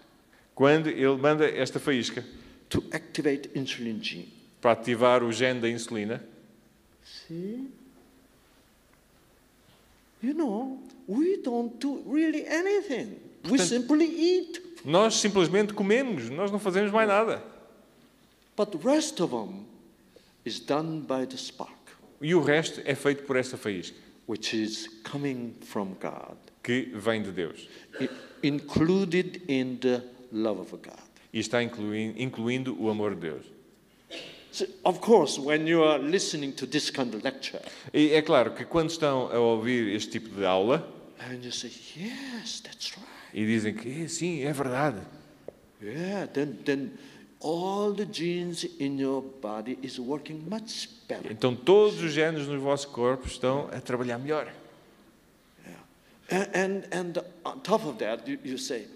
C: Quando Ele manda esta faísca
B: to activate insulin gene.
C: para ativar o gene da insulina,
B: See? You know, we don't do really anything. We
C: Portanto-
B: simply eat.
C: nós simplesmente comemos, nós não fazemos mais nada.
B: But the rest of them is done by the spark,
C: E o resto é feito por esta faísca,
B: which is coming from God,
C: que vem de Deus
B: i- included in the love of God.
C: e está inclui- incluindo o amor de Deus.
B: So, of course, when you are listening to this kind of lecture,
C: E é claro que quando estão a ouvir este tipo de aula
B: and you say, yes, that's right.
C: e dizem que "Eh, sim, é verdade,
B: Yeah, then, then all the genes in your body is working much better.
C: então todos os genes no vosso corpo estão a trabalhar melhor.
B: A- And, and on top of that, you, you say,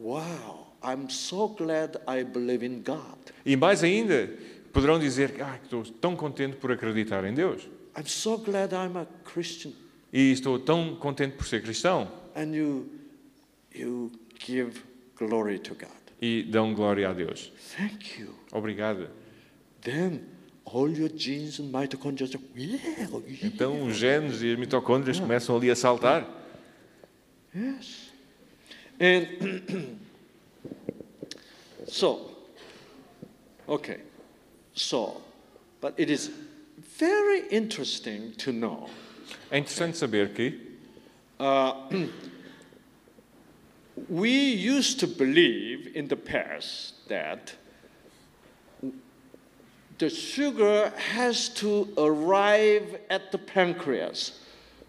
B: wow, I'm so glad I believe in God.
C: E mais ainda, poderão dizer ah, que estou tão contente por acreditar em Deus
B: I'm so glad I'm a Christian.
C: e estou tão contente por ser cristão
B: and you you give glory to God.
C: e dão glória a Deus.
B: Thank you.
C: Obrigado.
B: Then all your genes and mitochondria are, yeah, oh, yeah."
C: Então os genes e as mitocôndrias começam ali a saltar.
B: yes. And so okay. So but it is very interesting to know
C: É interessante saber que
B: uh, we used to believe in the past that the sugar has to arrive at the pancreas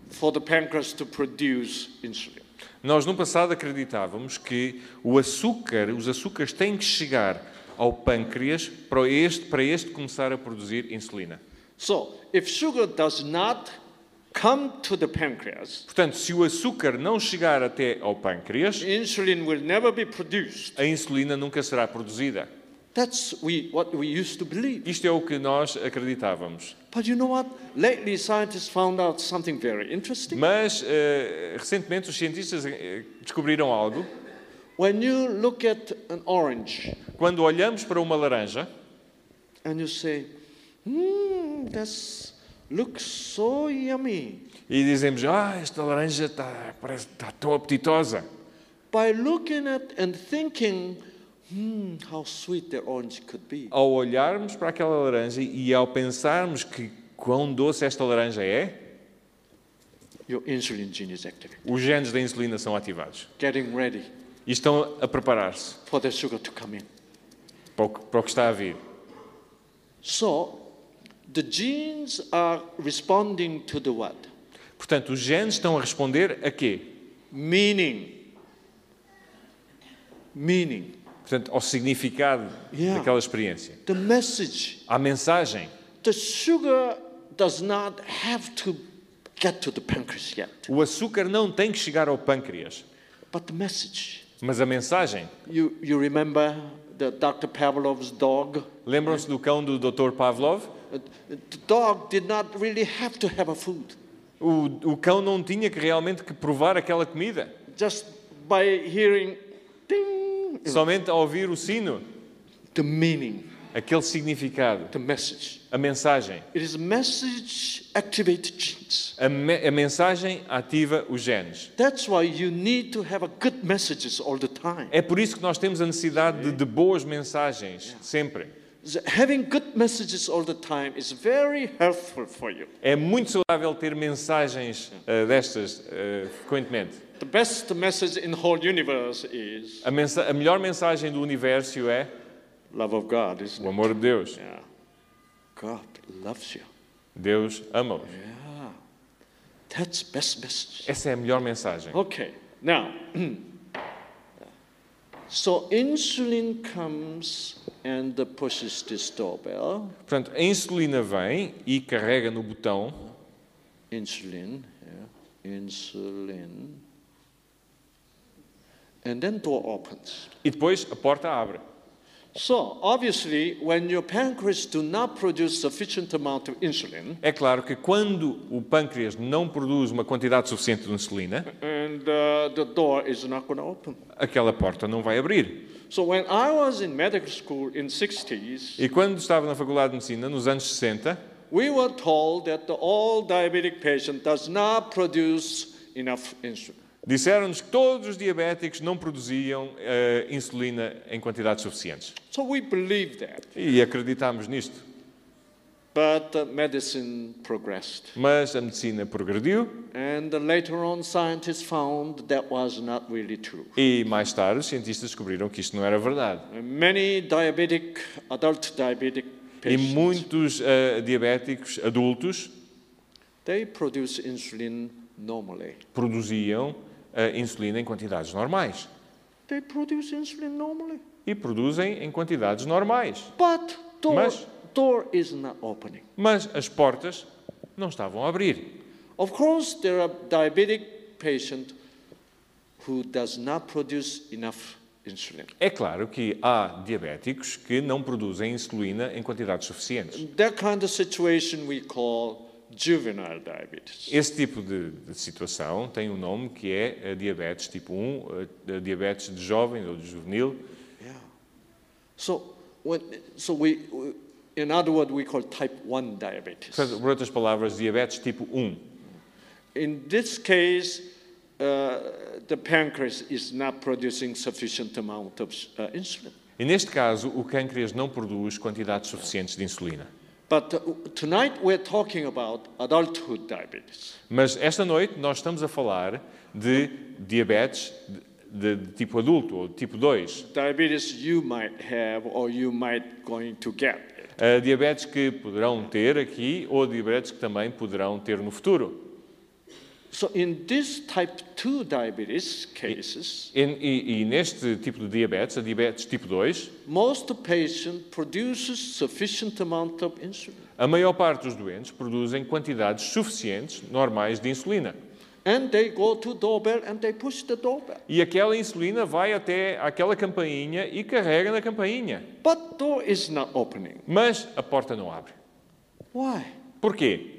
B: for the pancreas to produce insulin.
C: nós no passado acreditávamos que o açúcar, os açúcares têm que chegar ao pâncreas para este, para este começar a produzir insulina.
B: So, if sugar does not come to the pancreas,
C: Portanto, se o açúcar não chegar até ao pâncreas,
B: insulin will never be produced.
C: a insulina nunca será produzida.
B: That's we, what we used to believe.
C: Isto é o que nós acreditávamos.
B: But you know what? Lately, scientists found out something very interesting.
C: Mas eh, recentemente os cientistas eh, descobriram algo.
B: When you look at an orange
C: Quando olhamos para uma laranja
B: and you say, hmm, this looks so yummy.
C: e dizemos, ah, esta laranja está, parece, está tão apetitosa.
B: By looking at and thinking, hmm, how sweet the orange could be,
C: Ao olharmos para aquela laranja e ao pensarmos que quão doce esta laranja é,
B: your insulin gene is activated,
C: Os genes da insulina são ativados
B: getting ready
C: e estão a preparar-se
B: for the sugar to come in.
C: para, o que- para o que está a vir.
B: So the genes are responding to the what?
C: Portanto, os genes estão a responder a quê?
B: Meaning. Meaning.
C: Portanto, ao significado
B: Yeah.
C: daquela experiência.
B: The message.
C: À mensagem.
B: The sugar does not have to get to the pancreas yet,
C: O açúcar não tem que chegar ao pâncreas,
B: but the message.
C: mas a mensagem.
B: You, you remember the Dr. Pavlov's dog?
C: Lembram-se do cão do Dr. Pavlov?
B: Uh, The dog did not really have to have a food.
C: O, o cão não tinha que realmente que provar aquela comida.
B: Just by hearing ding,
C: Somente ao ouvir o sino,
B: the meaning,
C: aquele significado,
B: the message.
C: a mensagem.
B: It is message activated genes.
C: A, me- a mensagem ativa os genes.
B: That's why you need to have a good messages all the time.
C: É por isso que nós temos a necessidade de, de boas mensagens, sempre.
B: The- Having good messages all the time is very helpful for you.
C: É muito saudável ter mensagens ah, destas ah, frequentemente.
B: The best message in whole universe is
C: A, mensa- a melhor mensagem do universo é
B: love of God, isn't
C: o
B: it?
C: amor de Deus.
B: Yeah. God loves you.
C: Deus ama-os.
B: Yeah. That's best message.
C: Essa é a melhor mensagem.
B: Okay. Now, so insulin comes and pushes this doorbell.
C: Portanto, a insulina vem e carrega no botão
B: insulin, yeah, insulin. And then door opens.
C: e depois a porta abre.
B: So obviously, when your pancreas do not produce sufficient amount of insulin,
C: É claro que quando o pâncreas não produz uma quantidade suficiente de insulina,
B: and uh, the door is not going to open.
C: aquela porta não vai abrir.
B: So when I was in medical school in 60s,
C: E quando estava na Faculdade de Medicina, nos anos 60,
B: we were told that the all diabetic patient does not produce enough insulin.
C: disseram-nos que todos os diabéticos não produziam eh, insulina em quantidades suficientes.
B: So we believed that,
C: E acreditámos nisto.
B: but uh, medicine progressed.
C: Mas a medicina progrediu
B: And later on, scientists found that was not really true.
C: e mais tarde os cientistas descobriram que isto não era verdade.
B: Many diabetic, adult diabetic
C: E
B: patients,
C: muitos eh, diabéticos adultos
B: they produce insulin normally.
C: produziam eh, insulina em quantidades normais.
B: They produce insulin normally,
C: E produzem em quantidades normais.
B: but door,
C: Mas-
B: door is not opening.
C: Mas as portas não estavam a abrir.
B: Of course, there are diabetic patients who does not produce enough insulin.
C: É claro que há diabéticos que não produzem insulina em quantidades suficientes.
B: That kind of situation we call juvenile diabetes.
C: Esse tipo de, de situação tem um nome que é eh, diabetes tipo 1, eh, diabetes de jovem ou de juvenil.
B: Yeah. So when so we, we in other words we call type one diabetes.
C: Portanto, por outras palavras, diabetes tipo 1.
B: In this case, uh, the pancreas is not producing sufficient amount of uh, insulin.
C: E neste caso, o cânceres não produz quantidades suficientes de insulina.
B: But uh, tonight we're talking about adulthood diabetes.
C: Mas esta noite nós estamos a falar de diabetes de, de tipo adulto ou de tipo 2.
B: Diabetes you might have or you might going to get.
C: A Eh, diabetes que poderão ter aqui ou diabetes que também poderão ter no futuro.
B: So in this type 2 diabetes cases,
C: E, e- e neste tipo de diabetes, a diabetes tipo 2,
B: most patient produces sufficient amount of insulin.
C: a maior parte dos doentes produzem quantidades suficientes normais de insulina.
B: And they go to doorbell and they push the doorbell.
C: E aquela insulina vai até aquela campainha e carrega na campainha.
B: But door is not opening.
C: Mas a porta não abre.
B: Why?
C: Porquê?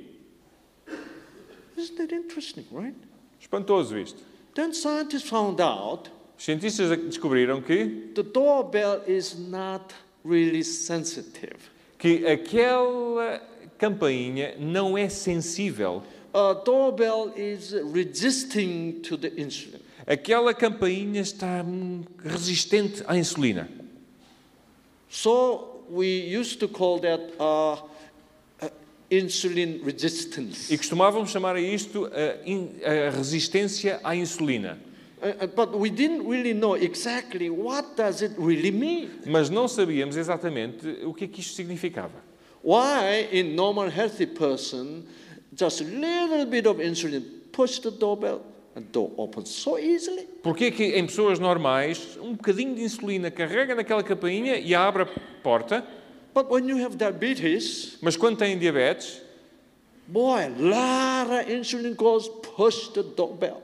B: Isn't that interesting, right?
C: Espantoso isto.
B: Then scientists found out
C: Os cientistas descobriram que
B: the doorbell is not really sensitive.
C: que aquela campainha não é sensível.
B: A doorbell is resisting to the insulin.
C: Aquela campainha está hum, resistente à insulina.
B: So we used to call that uh, uh, insulin resistance.
C: E costumavam chamar a isto a, in- a resistência à insulina.
B: Uh, uh, but we didn't really know exactly what does it really mean.
C: Mas não sabíamos exatamente o que é que isto significava.
B: Why in normal healthy person, just a little bit of insulin push the doorbell and door opens so easily?
C: Porquê que em pessoas normais, um bocadinho de insulina carrega naquela campainha e abre a porta,
B: But when you have diabetes,
C: mas quando têm diabetes,
B: boy, lot of insulin goes push the doorbell.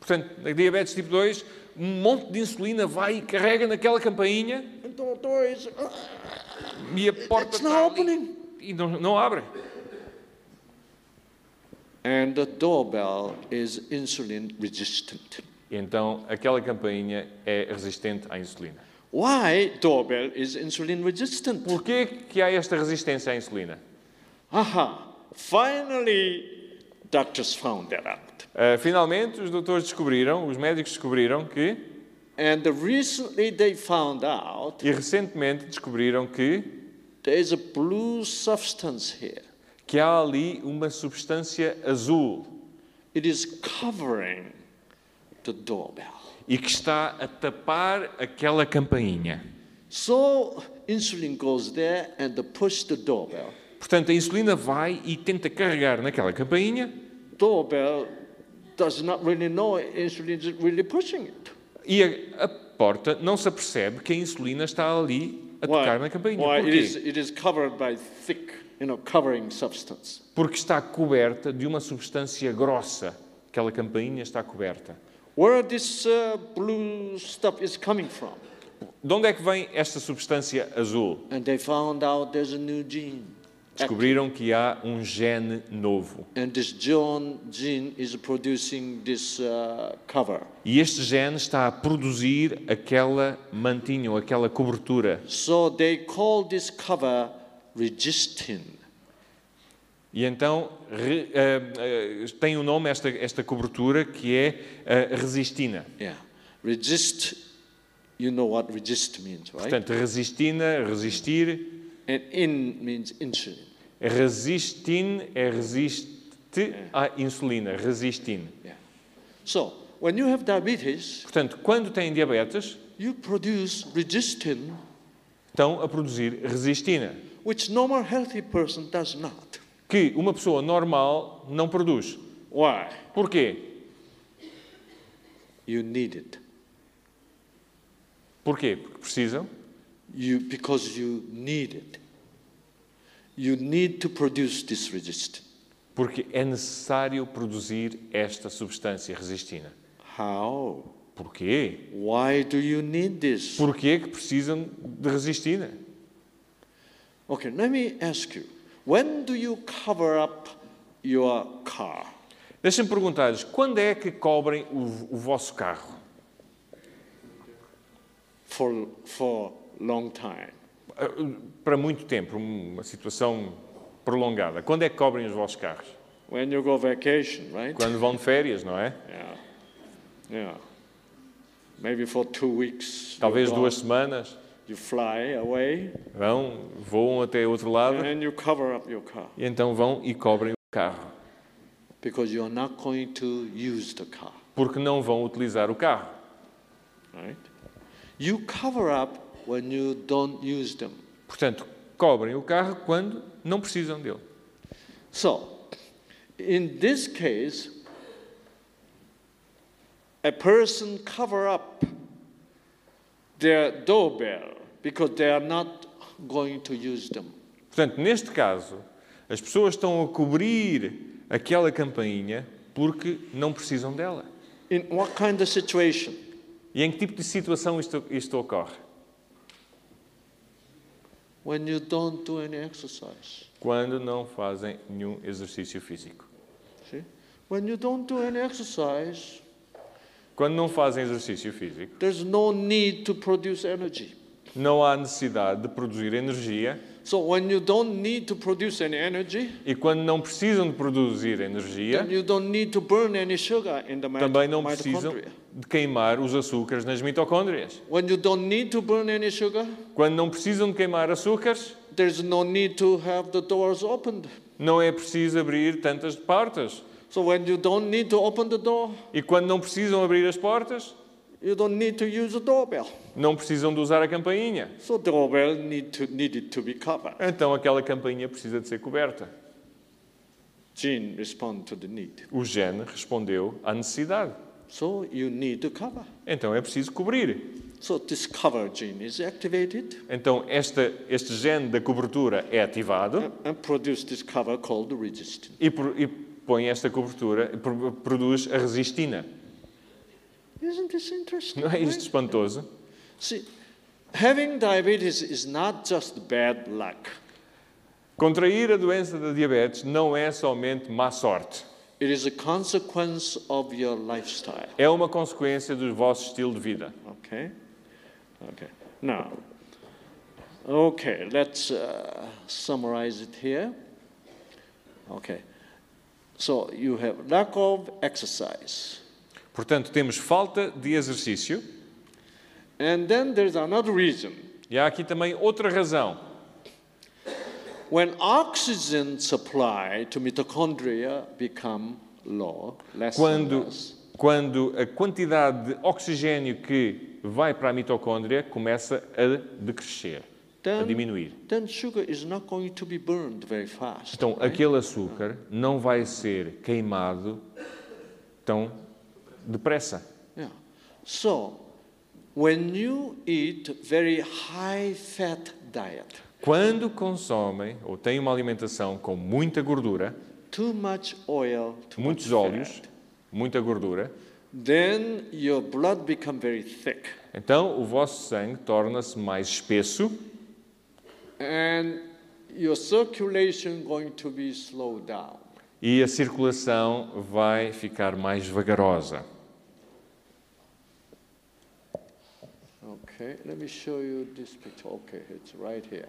C: portanto, na diabetes tipo 2, um monte de insulina vai e carrega naquela campainha
B: And door, door is, uh,
C: e a porta
B: it's
C: está
B: not
C: ali
B: opening.
C: e não, não abre.
B: And the doorbell is insulin resistant.
C: E então, aquela campainha é resistente à insulina.
B: Why doorbell is insulin resistant?
C: Porquê que há esta resistência à insulina?
B: Aha! Finally, doctors found that out.
C: Ah, finalmente, os doutores descobriram, os médicos descobriram que,
B: And recently they found out
C: e recentemente descobriram que,
B: there is a blue substance here.
C: que há ali uma substância azul
B: It is covering the doorbell.
C: e que está a tapar aquela campainha.
B: So insulin goes there and the push the doorbell.
C: Portanto, a insulina vai e tenta carregar naquela campainha
B: Doorbell does not really know insulin is really pushing it.
C: e a, a porta não se apercebe que a insulina está ali a tocar na campainha.
B: why it, is,
C: Porquê?
B: it is covered by thick, you know, covering substance.
C: Porque está coberta de uma substância grossa. Aquela campainha está coberta.
B: Where this uh, blue stuff is coming from?
C: De onde é que vem esta substância azul?
B: And they found out there's a new gene.
C: Descobriram que há um gene novo.
B: And this John gene is producing this uh, cover.
C: E este gene está a produzir aquela mantinha ou aquela cobertura.
B: So they call this cover registin.
C: E então re- ah, ah, tem o nome esta, esta cobertura que é ah, resistina.
B: Yeah. Resist, you know what resist means, right?
C: Portanto, resistina, resistir.
B: And in means insulin.
C: Resistin é resiste à insulina, resistin.
B: Yeah. So when you have diabetes,
C: Portanto, quando têm diabetes,
B: you produce resistin,
C: estão a produzir resistina,
B: which normal healthy person does not.
C: que uma pessoa normal não produz.
B: Why?
C: Porquê?
B: You need it.
C: Porquê? Porque precisam.
B: You, because you need it. You need to produce this resistant.
C: Porque é necessário produzir esta substância resistina.
B: How?
C: Porquê?
B: Why do you need this?
C: Porquê que precisam de resistina?
B: Okay, let me ask you. When do you cover up your car?
C: Deixem-me perguntar-lhes, quando é que cobrem o, o vosso carro?
B: For for long time.
C: Ah, Para muito tempo, um, uma situação prolongada. Quando é que cobrem os vossos carros?
B: When you go vacation, right?
C: Quando vão de férias, não é?
B: Yeah. Yeah. Maybe for two weeks. you're
C: Talvez
B: gone.
C: duas semanas.
B: You fly away
C: Vão, voam até outro lado
B: and you cover up your car
C: e então vão e cobrem o carro.
B: because you're not going to use the car.
C: Porque não vão utilizar o carro.
B: right? You cover up when you don't use them.
C: Portanto, cobrem o carro quando não precisam dele.
B: So, in this case, a person cover up their doorbell because they are not going to use them.
C: Portanto, neste caso, as pessoas estão a cobrir aquela campainha porque não precisam dela.
B: In what kind of situation?
C: E em que tipo de situação isto, isto ocorre?
B: When you don't do any exercise.
C: Quando não fazem nenhum exercício físico.
B: See? When you don't do any exercise,
C: Quando não fazem exercício físico,
B: there's no need to produce energy.
C: não há necessidade de produzir energia.
B: So when you don't need to produce any energy,
C: E quando não precisam de produzir
B: Then
C: energia,
B: you don't need to burn any sugar in the mit-
C: também não precisam
B: mitochondria.
C: de queimar os açúcares nas mitocôndrias.
B: When you don't need to burn any sugar,
C: Quando não precisam de queimar açúcares,
B: there's no need to have the doors opened.
C: Não é preciso abrir tantas portas.
B: So when you don't need to open the door,
C: E quando não precisam abrir as portas,
B: you don't need to use the doorbell.
C: não precisam de usar a campainha.
B: So doorbell need to needed to be covered.
C: Então aquela campainha precisa de ser coberta.
B: Jean respond to the need.
C: O Gene respondeu à necessidade.
B: So you need to cover.
C: Então é preciso cobrir.
B: So this cover gene is activated
C: Então esta, este gene da cobertura é ativado
B: and, and produce this cover called the resistance.
C: e, pro- e põe esta cobertura, pro- produz a resistina.
B: Isn't this interesting?
C: Não é isto
B: right?
C: espantoso?
B: See, having diabetes is not just bad luck.
C: Contrair a doença da diabetes não é somente má sorte.
B: It is a consequence of your lifestyle.
C: É uma consequência do vosso estilo de vida.
B: Okay? Okay. Now, okay, let's uh, summarize it here. Okay. So you have lack of exercise.
C: Portanto, temos falta de exercício.
B: And then there's another reason.
C: E há aqui também outra razão.
B: When oxygen supply to mitochondria become low, less and
C: Quando,
B: less,
C: quando a quantidade de oxigênio que vai para a mitocôndria começa a decrescer, a
B: Tan-
C: diminuir.
B: then sugar is not going to be burned very fast.
C: Então, aquele açúcar não vai ser queimado tão depressa.
B: Yeah. So, when you eat very high fat diet,
C: Quando consomem ou têm uma alimentação com muita gordura,
B: too much oil, too
C: muitos
B: much
C: óleos,
B: fat,
C: muita gordura,
B: then your blood become very thick
C: então o vosso sangue torna-se mais espesso
B: and your circulation going to be slowed down.
C: e a circulação vai ficar mais vagarosa.
B: Okay, let me show you this picture. Okay, it's right here.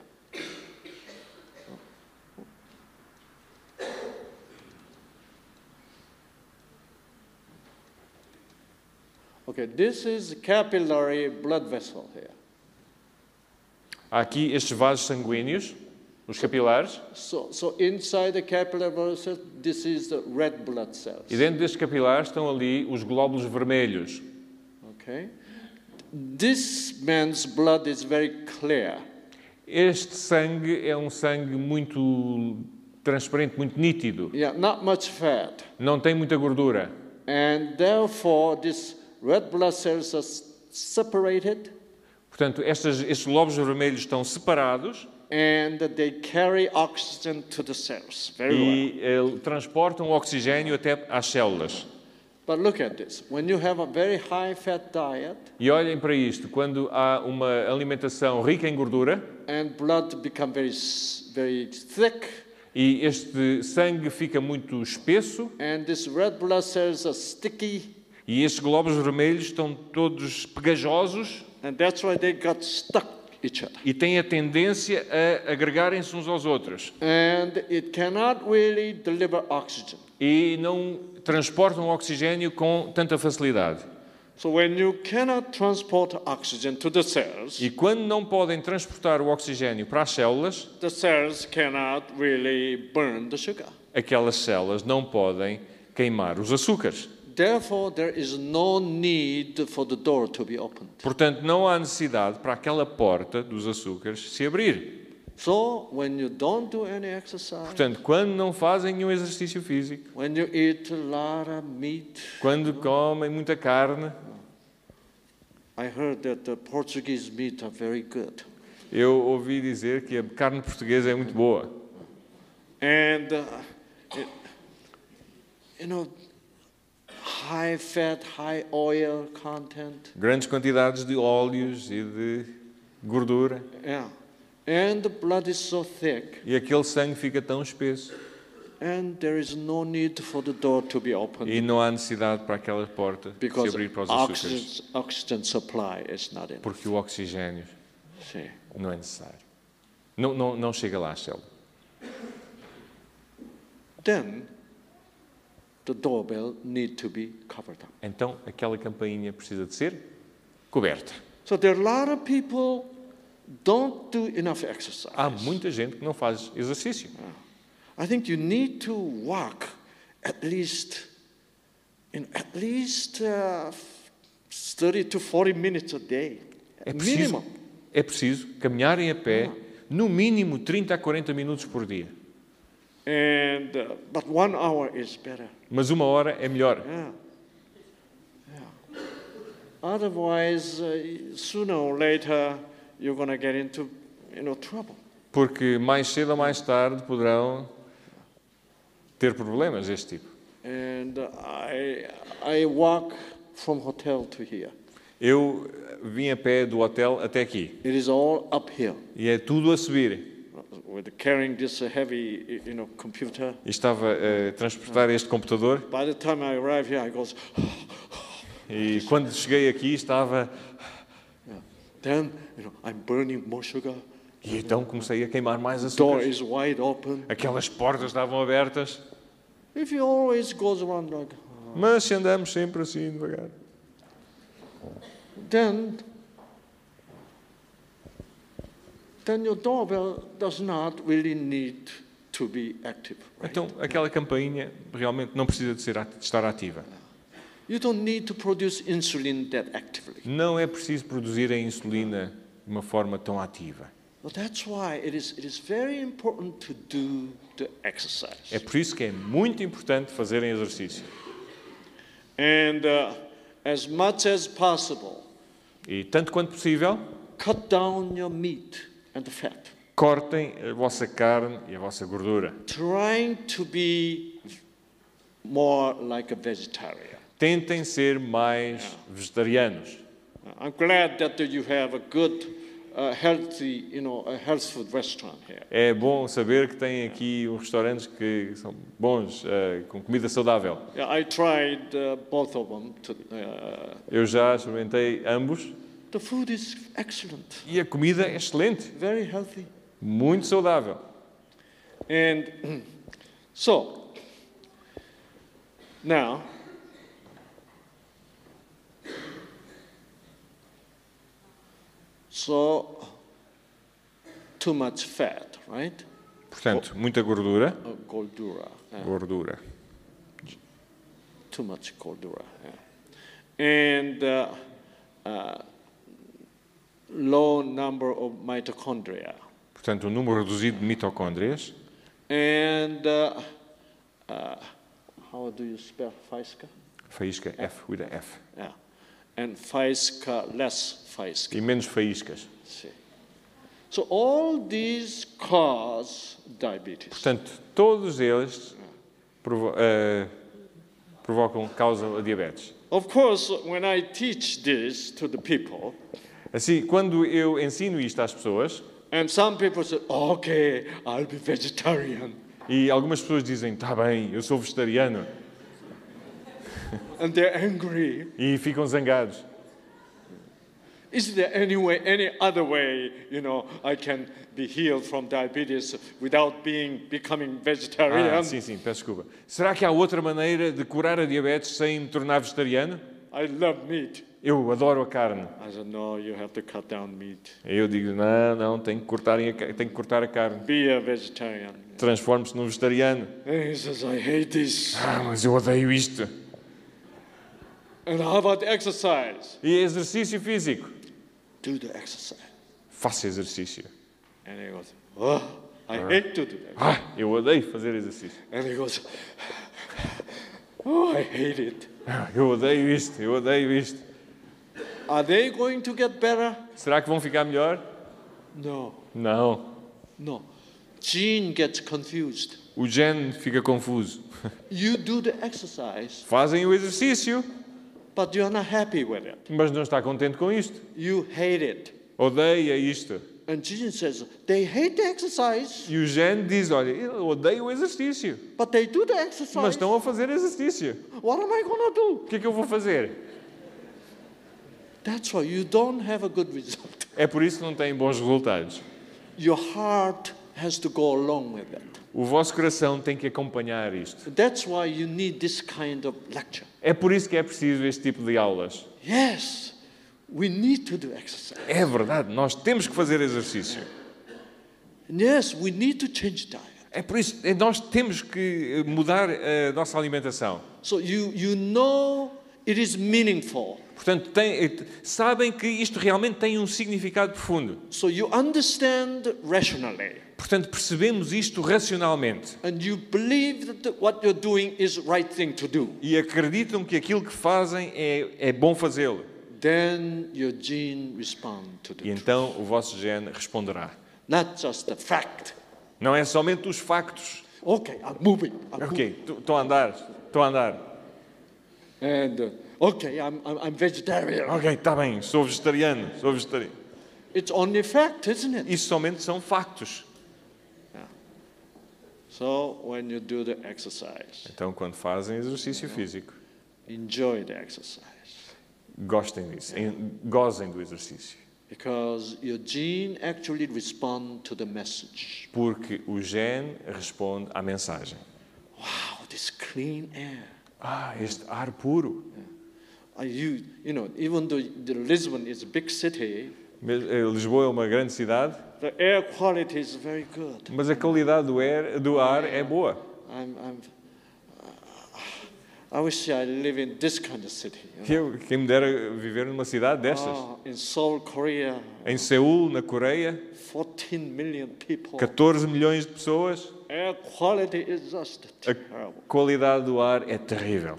B: Okay, this is capillary blood vessel here.
C: Há aqui estes vasos sanguíneos, os capilares,
B: So, so inside the capillary blood vessel, this is the red blood cells.
C: e dentro destes capilares estão ali os glóbulos vermelhos.
B: Okay, this man's blood is very clear.
C: Este sangue é um sangue muito transparente, muito nítido,
B: Yeah, not much fat.
C: não tem muita gordura.
B: And therefore, these red blood cells are s- separated
C: Portanto, estas, estes glóbulos vermelhos estão separados
B: and they carry oxygen to the cells. Very well.
C: e eh, transportam o oxigênio até às células.
B: But look at this. When you have a very high fat diet
C: E olhem para isto, quando há uma alimentação rica em gordura
B: and blood become very, s- very thick,
C: e este sangue fica muito espesso
B: and these red blood cells are sticky,
C: e estes glóbulos vermelhos estão todos pegajosos
B: and that's why they got stuck each other.
C: e têm a tendência a agregarem-se uns aos outros
B: And it cannot really deliver oxygen.
C: e não transportam o oxigênio com tanta facilidade.
B: So when you cannot transport oxygen to the cells,
C: E quando não podem transportar o oxigênio para as células,
B: the cells cannot really burn the sugar.
C: aquelas células não podem queimar os açúcares.
B: Therefore, there is no need for the door to be opened.
C: Portanto, não há necessidade para aquela porta dos açúcares se abrir.
B: So, when you don't do any exercise,
C: Portanto, quando não fazem nenhum exercício físico,
B: when you eat a lot of meat,
C: quando comem muita carne,
B: I heard that the Portuguese meat are very good.
C: eu ouvi dizer que a carne portuguesa é muito boa.
B: And, uh, it- you know, high fat, high oil content.
C: Grandes quantidades de óleos e de gordura.
B: Yeah. And the blood is so thick,
C: E aquele sangue fica tão espesso.
B: and there is no need for the door to be opened
C: E não há necessidade para aquela porta se
B: because
C: abrir para os açúcares.
B: oxygen, oxygen supply is not enough.
C: Porque o oxigênio
B: See.
C: não é necessário. Não, não, não chega lá à célula.
B: then the doorbell need to be covered up.
C: Então, aquela campainha precisa de ser coberta.
B: So there are a lot of people don't do enough exercise.
C: Há muita gente que não faz exercício.
B: I think you need to walk at least, you know, at least uh, 30 to 40 minutes a day.
C: É preciso,
B: minimum.
C: é preciso caminharem a pé no mínimo 30 a 40 minutos por dia.
B: And, uh, but one hour is better.
C: Mas uma hora é melhor.
B: Yeah. Yeah. Otherwise, uh, sooner or later, you're going to get into you know, trouble.
C: Porque mais cedo ou mais tarde poderão ter problemas deste tipo.
B: And uh, I, I walk from hotel to here.
C: Eu vim a pé do hotel até aqui
B: It is all uphill.
C: e é tudo a subir.
B: With carrying this uh, heavy, you know, computer.
C: E estava a transportar este computador
B: By the time I arrive here, I goes,
C: e quando cheguei aqui estava
B: then you know, I'm burning more sugar.
C: e então comecei a queimar mais
B: Door
C: açúcar.
B: is wide open.
C: Aquelas portas estavam abertas,
B: If you always goes around like,
C: mas se andamos sempre assim devagar.
B: then, then your doorbell does not really need to be active. Right?
C: Então aquela campainha realmente não precisa de, ser at- de estar ativa.
B: You don't need to produce insulin that actively.
C: Não é preciso produzir a insulina de uma forma tão ativa.
B: Well, that's why it is, it is very important to do the exercise.
C: É por isso que é muito importante fazerem exercício.
B: And uh, as much as possible,
C: E tanto quanto possível,
B: cut down your meat and the fat.
C: cortem a vossa carne e a vossa gordura.
B: Trying to be more like a vegetarian.
C: Tentem ser mais vegetarianos.
B: Uh, I'm glad that you have a good, uh, healthy, you know, a health food restaurant here.
C: É bom saber que tem aqui uns restaurantes que são bons, eh, com comida saudável.
B: Yeah, I tried uh, both of them. To, uh,
C: Eu já experimentei ambos
B: the food is excellent,
C: e a comida é excelente,
B: very healthy.
C: muito saudável.
B: And so, now, so too much fat, right?
C: Portanto, muita gordura.
B: Uh, Gordura, yeah,
C: Gordura.
B: too much gordura. yeah. And uh, uh, low number of mitochondria.
C: Portanto, um número reduzido de mitocôndrias.
B: And uh, uh, how do you spell Faisca?
C: Faísca F, with a F.
B: Yeah. And Faisca, less Faisca.
C: E menos faíscas.
B: See. So all these cause diabetes.
C: Portanto, todos eles provo- eh, provocam, causam a diabetes.
B: Of course, when I teach this to the people,
C: Assim, quando eu ensino isto às pessoas,
B: and some people say, okay, I'll be vegetarian.
C: e algumas pessoas dizem, tá bem, eu sou vegetariano,
B: And they're angry.
C: e ficam zangados.
B: Is there any way, any other way, you know, I can be healed from diabetes without being becoming vegetarian?
C: Ah, sim, sim, peço desculpa. Será que há outra maneira de curar a diabetes sem me tornar vegetariano?
B: I love meat.
C: Eu adoro a carne.
B: I said, no, you have to cut down meat.
C: Eu digo, não, não, tenho que, cortarem a, ca- tenho que cortar a carne.
B: Be a vegetarian.
C: Transforme-se num vegetariano.
B: And he says, I hate this.
C: Ah, mas eu odeio isto.
B: And how about exercise?
C: E exercício físico?
B: Do the exercise.
C: Faça exercício.
B: And he goes, oh, I hate to do that.
C: Ah, eu odeio fazer exercício.
B: And he goes, oh, I hate it.
C: Ah, eu odeio isto, eu odeio isto.
B: Are they going to get better?
C: Será que vão ficar melhor?
B: No,
C: Não.
B: no. Gene gets confused.
C: O Jen fica confuso.
B: You do the exercise,
C: Fazem o exercício,
B: but you're not happy with it.
C: mas não está contente com isto.
B: You hate it.
C: Odeia isto.
B: And Gene says, they hate the exercise,
C: E o Jen diz, olha, eu odeio o exercício,
B: but they do the
C: mas
B: exercise.
C: estão a fazer exercício.
B: What am I going to do?
C: O que é que eu vou fazer?
B: That's why you don't have a good result.
C: É por isso que não têm bons resultados.
B: Your heart has to go along with it.
C: O vosso coração tem que acompanhar isto.
B: That's why you need this kind of lecture.
C: É por isso que é preciso este tipo de aulas.
B: Yes, We need to do exercise.
C: É verdade, nós temos que fazer exercício.
B: And yes, we need to change diet.
C: É por isso, é, nós temos que eh, mudar a nossa alimentação.
B: So you, you know it is meaningful.
C: Portanto, tem- eh, sabem que isto realmente tem um significado profundo.
B: So you understand rationally.
C: Portanto, percebemos isto racionalmente
B: And you believe that what you're doing is the right thing to do.
C: e acreditam que aquilo que fazem é, é bom fazê-lo.
B: Then your gene respond to the
C: E
B: truth.
C: então o vosso gene responderá.
B: Not just the fact.
C: Não é somente os factos.
B: Okay, I'm moving. I'm moving.
C: Ok, estou a andar, estou a andar.
B: And uh, okay, I'm, I'm, I'm vegetarian.
C: Ok, está bem, sou vegetariano, sou vegetariano.
B: It's only fact, isn't it?
C: Isso somente são factos.
B: So when you do the exercise,
C: Então, quando fazem exercício físico,
B: enjoy the exercise
C: gostem disso, em- gozem do exercício.
B: because your gene actually respond to the message.
C: Porque o gene responde à mensagem.
B: Wow, this clean air.
C: Ah, este ar puro.
B: Are you, you know, even though the Lisbon is a big city,
C: Mes- eh, Lisboa é uma grande cidade,
B: the air quality is very good.
C: mas a qualidade do, air, do ar é boa.
B: I'm, I'm, uh, I wish I live in this kind of city. you know.
C: Eu, quem me dera viver numa cidade destas.
B: Oh, in Seoul, Korea,
C: Em Seul, na Coreia,
B: 14 million people.
C: 14 milhões de pessoas.
B: Air quality is just terrible.
C: Qualidade do ar é terrível.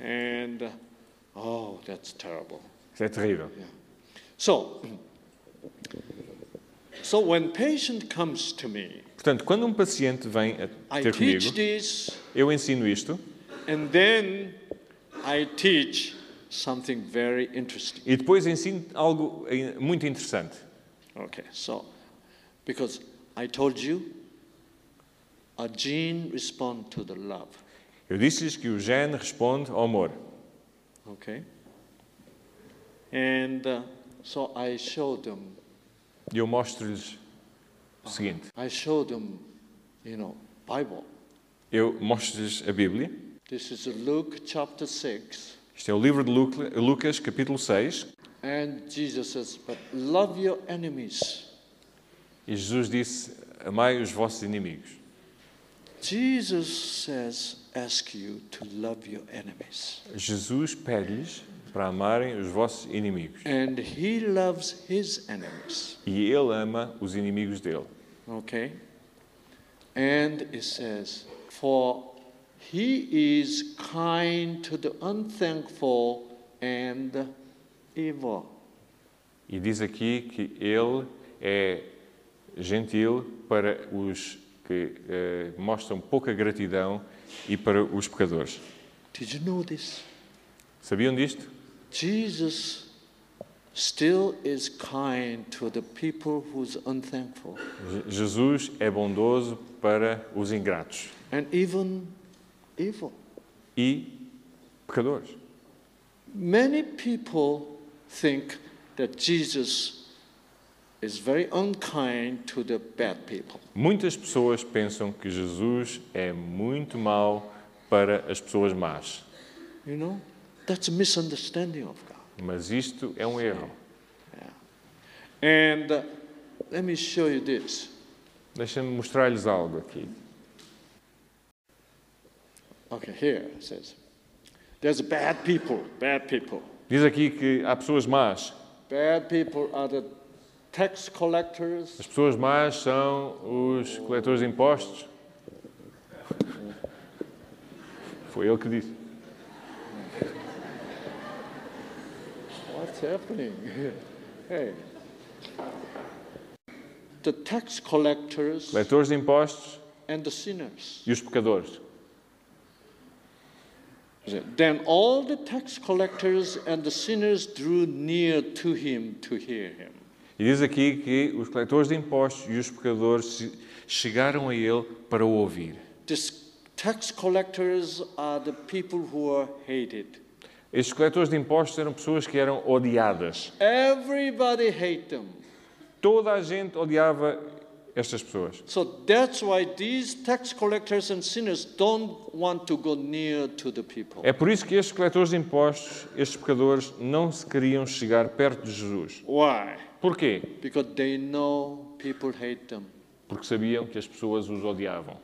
B: And uh, oh, that's terrible.
C: Isso é terrível.
B: So, so when patient comes to me,
C: Portanto, quando um paciente vem a
B: I
C: ter
B: teach
C: comigo,
B: this,
C: eu ensino isto
B: and then I teach something very interesting.
C: e depois ensino algo eh, muito interessante.
B: Okay, so because I told you, a gene respond to the love.
C: Eu disse-lhes que o gene responde ao amor.
B: Okay, and uh, so I show them
C: E eu mostro-lhes o seguinte:
B: I show them, you know, Bible.
C: eu mostro-lhes a Bíblia.
B: This is Luke chapter 6.
C: Isto é o livro de Luc- Lucas, capítulo 6.
B: And Jesus says, but love your enemies.
C: E Jesus disse: Amai os vossos inimigos.
B: Jesus says, ask you to love your enemies.
C: Jesus pede-lhes para amarem os vossos inimigos.
B: And he loves his enemies.
C: E ele ama os inimigos dele.
B: Okay? And it says, for he is kind to the unthankful and evil.
C: E diz aqui que ele é gentil para os que eh, mostram pouca gratidão e para os pecadores.
B: Did you know this?
C: Sabiam disto?
B: Jesus still is kind to the people who's unthankful
C: Je- Jesus é bondoso para os ingratos
B: and even evil.
C: e pecadores.
B: Many people think that Jesus is very unkind to the bad people.
C: Muitas pessoas pensam que Jesus é muito mau para as pessoas más,
B: You know, that's a misunderstanding of God.
C: mas isto é um erro.
B: And uh, let me show you this.
C: Deixa-me mostrar-lhes algo aqui.
B: Okay, here it says, there's bad people, bad people.
C: Diz aqui que há pessoas más.
B: Bad people are the tax collectors,
C: As pessoas más são os coletores de impostos. Foi ele que disse.
B: What's happening? hey. The tax collectors
C: Coletores de impostos
B: and the sinners.
C: e os pecadores.
B: Then all the tax collectors and the sinners drew near to him to hear him.
C: E diz aqui que os coletores de impostos e os pecadores se- chegaram a ele para o ouvir.
B: These tax collectors are the people who are hated.
C: Estes coletores de impostos eram pessoas que eram odiadas.
B: Everybody hate them.
C: Toda a gente odiava estas pessoas.
B: So that's why these tax collectors and sinners don't want to go near to the people.
C: É por isso que estes coletores de impostos, estes pecadores, não se queriam chegar perto de Jesus.
B: Why?
C: Porquê?
B: Because they know people hate them.
C: Porque sabiam que as pessoas os odiavam.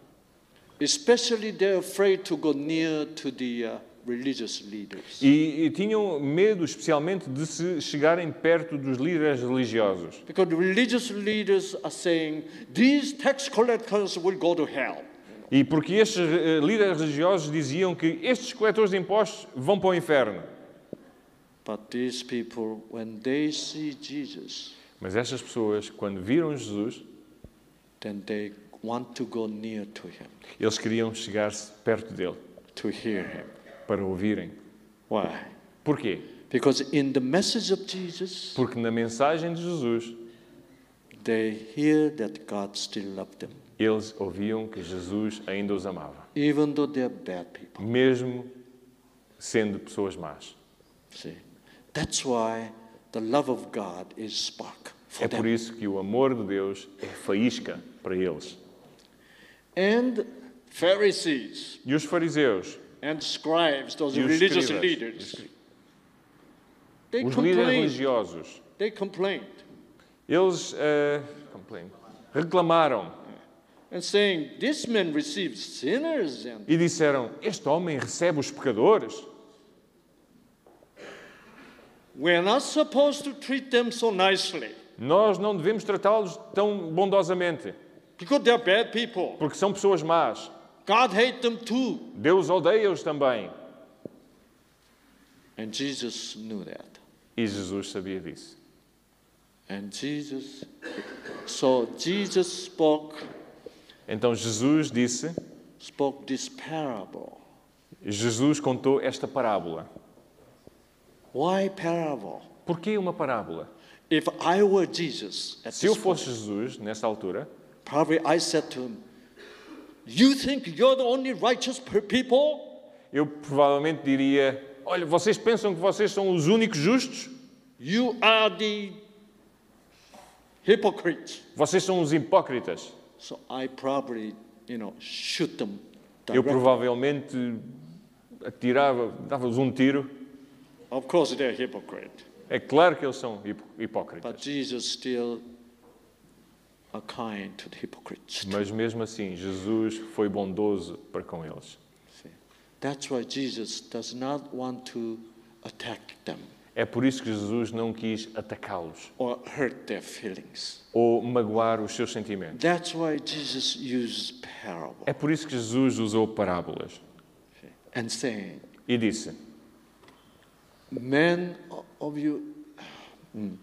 B: Especially they're afraid to go near to the uh, religious leaders.
C: E, e tinham medo, especialmente, de se chegarem perto dos líderes religiosos.
B: Because the religious leaders are saying these tax collectors will go to hell.
C: E porque estes eh, líderes religiosos diziam que estes coletores de impostos vão para o inferno.
B: But these people, when they see Jesus,
C: Mas estas pessoas, quando viram Jesus,
B: then they want to go near to him,
C: eles queriam chegar-se perto dele
B: to hear him.
C: para ouvirem.
B: Why?
C: Porquê?
B: Because in the message of Jesus,
C: Porque na mensagem de Jesus,
B: they hear that God still loved them,
C: eles ouviam que Jesus ainda os amava,
B: even though they're bad people.
C: mesmo sendo pessoas más.
B: See, that's why the love of God is spark for
C: É por
B: them.
C: isso que o amor de Deus é faísca para eles.
B: And Pharisees
C: E os fariseus,
B: and scribes, those
C: e os
B: religious
C: escribas,
B: leaders, they
C: os líderes
B: complained.
C: religiosos,
B: They complained
C: eles eh, complain- reclamaram
B: and saying, "This man receives sinners." And
C: e disseram: Este homem recebe os pecadores?
B: We're not supposed to treat them so nicely
C: Nós não devemos tratá-los tão bondosamente,
B: because they're bad people.
C: porque são pessoas más.
B: God hates them too.
C: Deus odeia-os também.
B: And Jesus knew that.
C: E Jesus sabia disso.
B: And Jesus, so Jesus spoke
C: Então Jesus disse,
B: spoke this parable.
C: Jesus contou esta parábola.
B: Why parable?
C: Porquê uma parábola?
B: If I were Jesus at
C: Se eu
B: this
C: fosse
B: point,
C: Jesus, nesta altura,
B: probably I said to him, You think you're the only righteous per- people?
C: eu provavelmente diria: Olha, vocês pensam que vocês são os únicos justos?
B: You are the hypocrite.
C: Vocês são os hipócritas.
B: So I probably, you know, shoot them
C: Eu
B: directly.
C: provavelmente atirava, dava-lhes um tiro.
B: Of course, they're hypocrite.
C: É claro que eles são hip- hipócritas.
B: But Jesus still are kind to the hypocrites.
C: Mas mesmo assim, Jesus foi bondoso para com eles.
B: See? That's why Jesus does not want to attack them
C: É por isso que Jesus não quis atacá-los
B: or hurt their feelings.
C: ou magoar os seus sentimentos.
B: That's why Jesus uses parable
C: É por isso que Jesus usou parábolas
B: and saying,
C: e disse:
B: Men of you mm,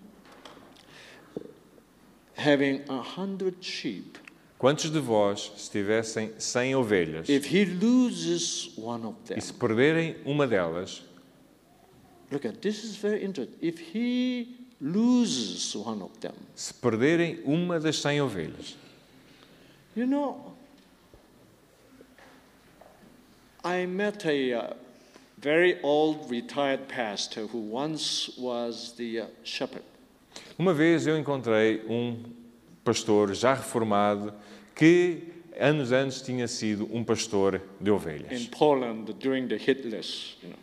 B: having a hundred sheep,
C: Quantos de vós, se tivessem cem ovelhas
B: if he loses one of them,
C: e se perderem uma delas,
B: look at this is very interesting. If he loses one of them,
C: se perderem uma das cem ovelhas,
B: you know, I met a uh, very old retired pastor who once was the uh, shepherd.
C: uma vez eu encontrei um pastor já reformado que anos antes tinha sido um pastor de
B: in
C: ovelhas
B: Poland during the Hitlers, you know.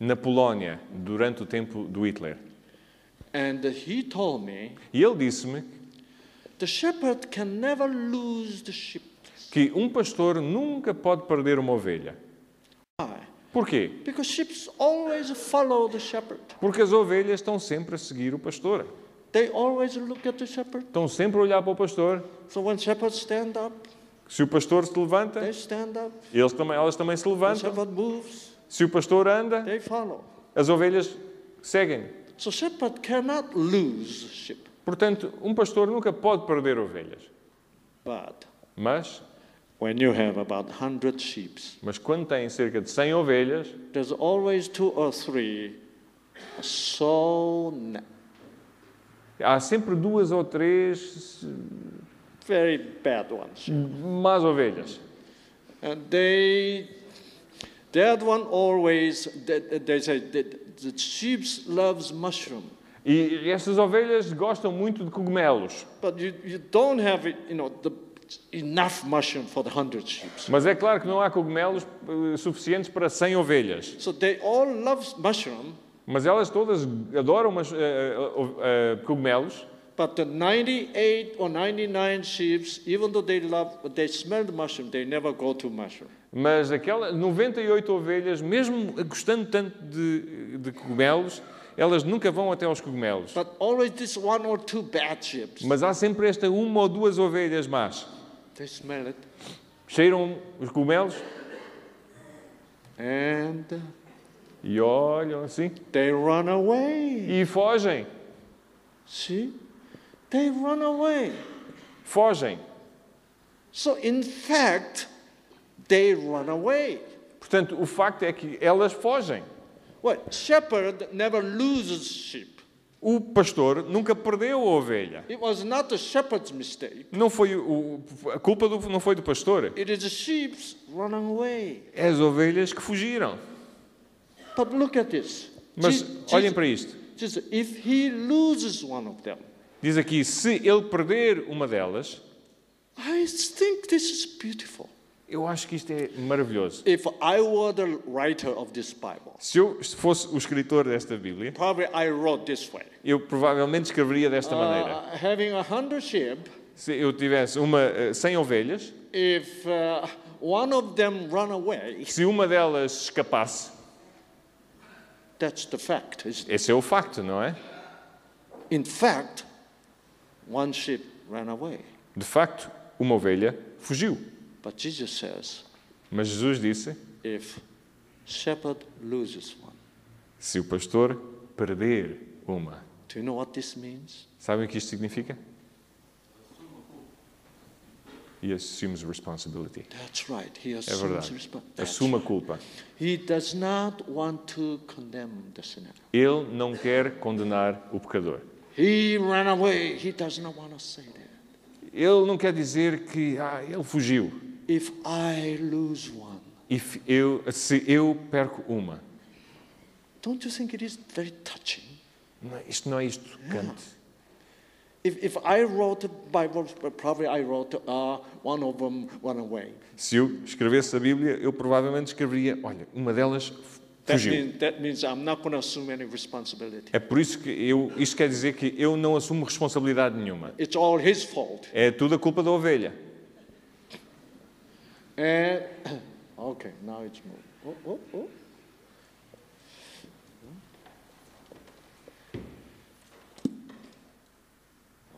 C: na Polónia durante o tempo do Hitler.
B: And he told me
C: E ele disse-me
B: the shepherd can never lose the sheep.
C: que um pastor nunca pode perder uma ovelha.
B: Why?
C: Porquê?
B: Because sheep always follow the shepherd.
C: Porque as ovelhas estão sempre a seguir o pastor.
B: They always look at the shepherd.
C: Estão sempre a olhar para o pastor.
B: So when shepherds stand up,
C: Se o pastor se levanta,
B: they stand up.
C: Eles também, elas também se
B: When
C: levantam.
B: shepherd moves,
C: Se o pastor anda,
B: they follow.
C: as ovelhas seguem.
B: So shepherd cannot lose sheep.
C: Portanto, um pastor nunca pode perder ovelhas.
B: But
C: Mas,
B: when you have about 100 sheep,
C: mas quando tem cerca de 100 ovelhas,
B: there's always two or three so na-
C: há sempre duas ou três
B: very bad ones.
C: más ovelhas.
B: And they, that one always, they, they say that the sheep loves mushroom.
C: E essas ovelhas gostam muito de cogumelos.
B: But you, you don't have you know, the, enough mushroom for the hundred sheep.
C: Mas é claro que não há cogumelos eh, suficientes para 100 ovelhas.
B: So they all love mushroom,
C: Mas elas todas adoram umas, eh, eh, o- eh, cogumelos.
B: but the 98 or 99 sheep, even though they love, they smell the mushroom, they never go to mushroom.
C: Mas aquelas 98 ovelhas, mesmo gostando tanto de, de cogumelos, elas nunca vão até aos cogumelos.
B: But always this one or two bad sheep,
C: Mas há sempre esta uma ou duas ovelhas más.
B: they smell it
C: Cheiram os cogumelos
B: and
C: e olham assim
B: they run away.
C: e fogem.
B: See? They run away.
C: Fogem.
B: So in fact, they run away.
C: Portanto, o facto é que elas fogem.
B: What? Shepherd never loses sheep.
C: O pastor nunca perdeu a ovelha.
B: It was not the shepherd's mistake.
C: Não foi o, a culpa do- não foi do pastor.
B: It is the sheep's running away.
C: É as ovelhas que fugiram.
B: But look at this.
C: Mas
B: Je-
C: olhem
B: Jesus-
C: para isto.
B: Jesus, if he loses one of them,
C: Diz aqui: se ele perder uma delas,
B: I think this is beautiful.
C: eu acho que isto é maravilhoso.
B: If I were the writer of this Bible,
C: Se eu fosse o escritor desta Bíblia,
B: probably I wrote this way.
C: eu provavelmente escreveria desta maneira.
B: Uh, having a hundred sheep,
C: Se eu tivesse uma eh, 100 ovelhas,
B: if uh, one of them run away,
C: se uma delas escapasse,
B: that's the fact. Isn't it?
C: esse é o facto, não é?
B: In fact, one sheep ran away.
C: De facto, uma ovelha fugiu.
B: But Jesus says,
C: Mas Jesus disse:
B: if shepherd loses one,
C: se o pastor perder uma,
B: do you know what this means?
C: sabem o que isto significa? He assumes responsibility.
B: That's right. He
C: É
B: assumes
C: verdade.
B: responsibility.
C: Assuma a culpa.
B: He does not want to condemn the sinner.
C: Ele não quer condenar o pecador.
B: He ran away. He does not want to say that.
C: Ele não quer dizer que ah, ele fugiu.
B: If I lose one,
C: If eu, se eu perco uma,
B: don't you think it is very touching?
C: Não, isto não é isto tocante.
B: If, if I wrote the Bible, probably I wrote uh, one of them run away.
C: Se eu escrevesse a Bíblia, eu provavelmente escreveria: olha, uma delas f-
B: That,
C: fugiu.
B: means, that means I'm not going to assume any responsibility.
C: É por isso que eu, isto quer dizer que eu não assumo responsabilidade nenhuma.
B: It's all his fault.
C: É tudo a culpa da ovelha.
B: And okay, now it's moved. Oh, oh, oh.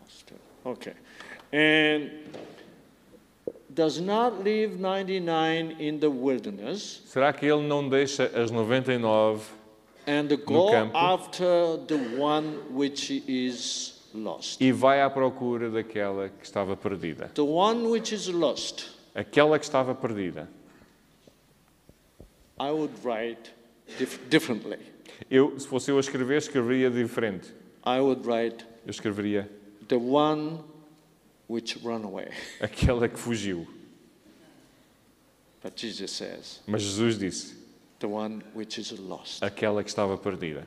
B: Lost it. Okay, and does not leave 99 in the wilderness
C: Será que ele não deixa as 99
B: and go
C: campo.
B: after the one which is lost.
C: e vai à procura daquela que estava perdida?
B: The one which is lost,
C: Aquela que estava perdida.
B: I would write dif- differently.
C: Eu, se fosse eu a escrever, escreveria diferente.
B: I would write
C: Eu escreveria
B: the one which run away.
C: aquela que fugiu.
B: But Jesus says,
C: Mas Jesus disse
B: the one which is lost.
C: aquela que estava perdida.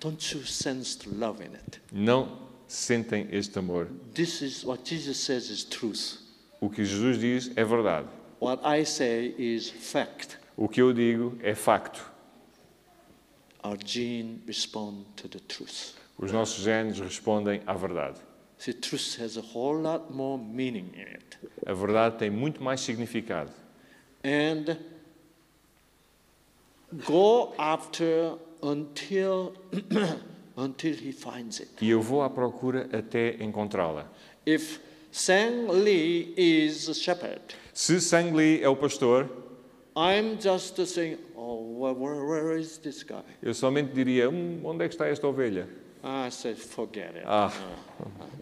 B: Don't you sense the love in it?
C: Não sentem este amor.
B: This is what Jesus says is truth.
C: O que Jesus diz é verdade.
B: What I say is fact.
C: O que eu digo é facto.
B: Our gene respond to the truth.
C: Os nossos genes respondem à verdade.
B: See, truth has a whole lot more meaning in it.
C: A verdade tem muito mais significado.
B: And go after until until he finds it.
C: E eu vou à procura até encontrá-la.
B: If Sang Lee is a shepherd,
C: Se Sang Lee é o pastor,
B: I'm just saying, oh, where, where, where is this guy?
C: eu somente diria: hum, onde é que está esta ovelha?
B: Ah, I said, forget it. Uh,
C: Ah,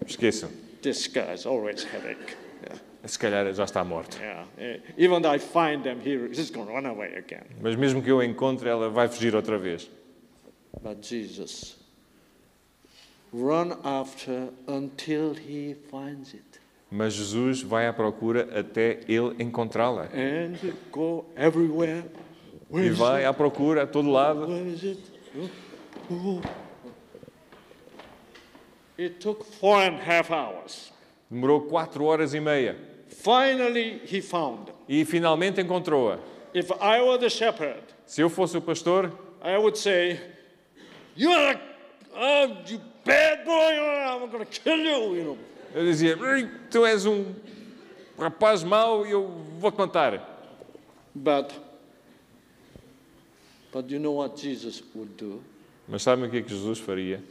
C: esqueçam.
B: This guy's always headache. Yeah,
C: Se calhar já está morta.
B: yeah. Eh, Even though I find him here, he's going to run away again.
C: Mas mesmo que eu a encontre, ela vai fugir outra vez.
B: But Jesus, run after until he finds it.
C: Mas Jesus vai à procura até ele encontrá-la.
B: And go everywhere. Where
C: E
B: is
C: vai
B: it?
C: à procura a todo lado.
B: Oh, Where is it? It took four and a half hours.
C: Demorou quatro horas e meia
B: Finally, he found them.
C: e finalmente encontrou-a.
B: If I were the shepherd,
C: Se eu fosse o pastor,
B: I would say, You are a oh, you bad boy, oh, I'm going to kill you. you know.
C: eu dizia: "Ei, Tu és um rapaz mau e eu vou-te matar.
B: But, but you know what Jesus would do?
C: Mas sabem o que é que Jesus faria?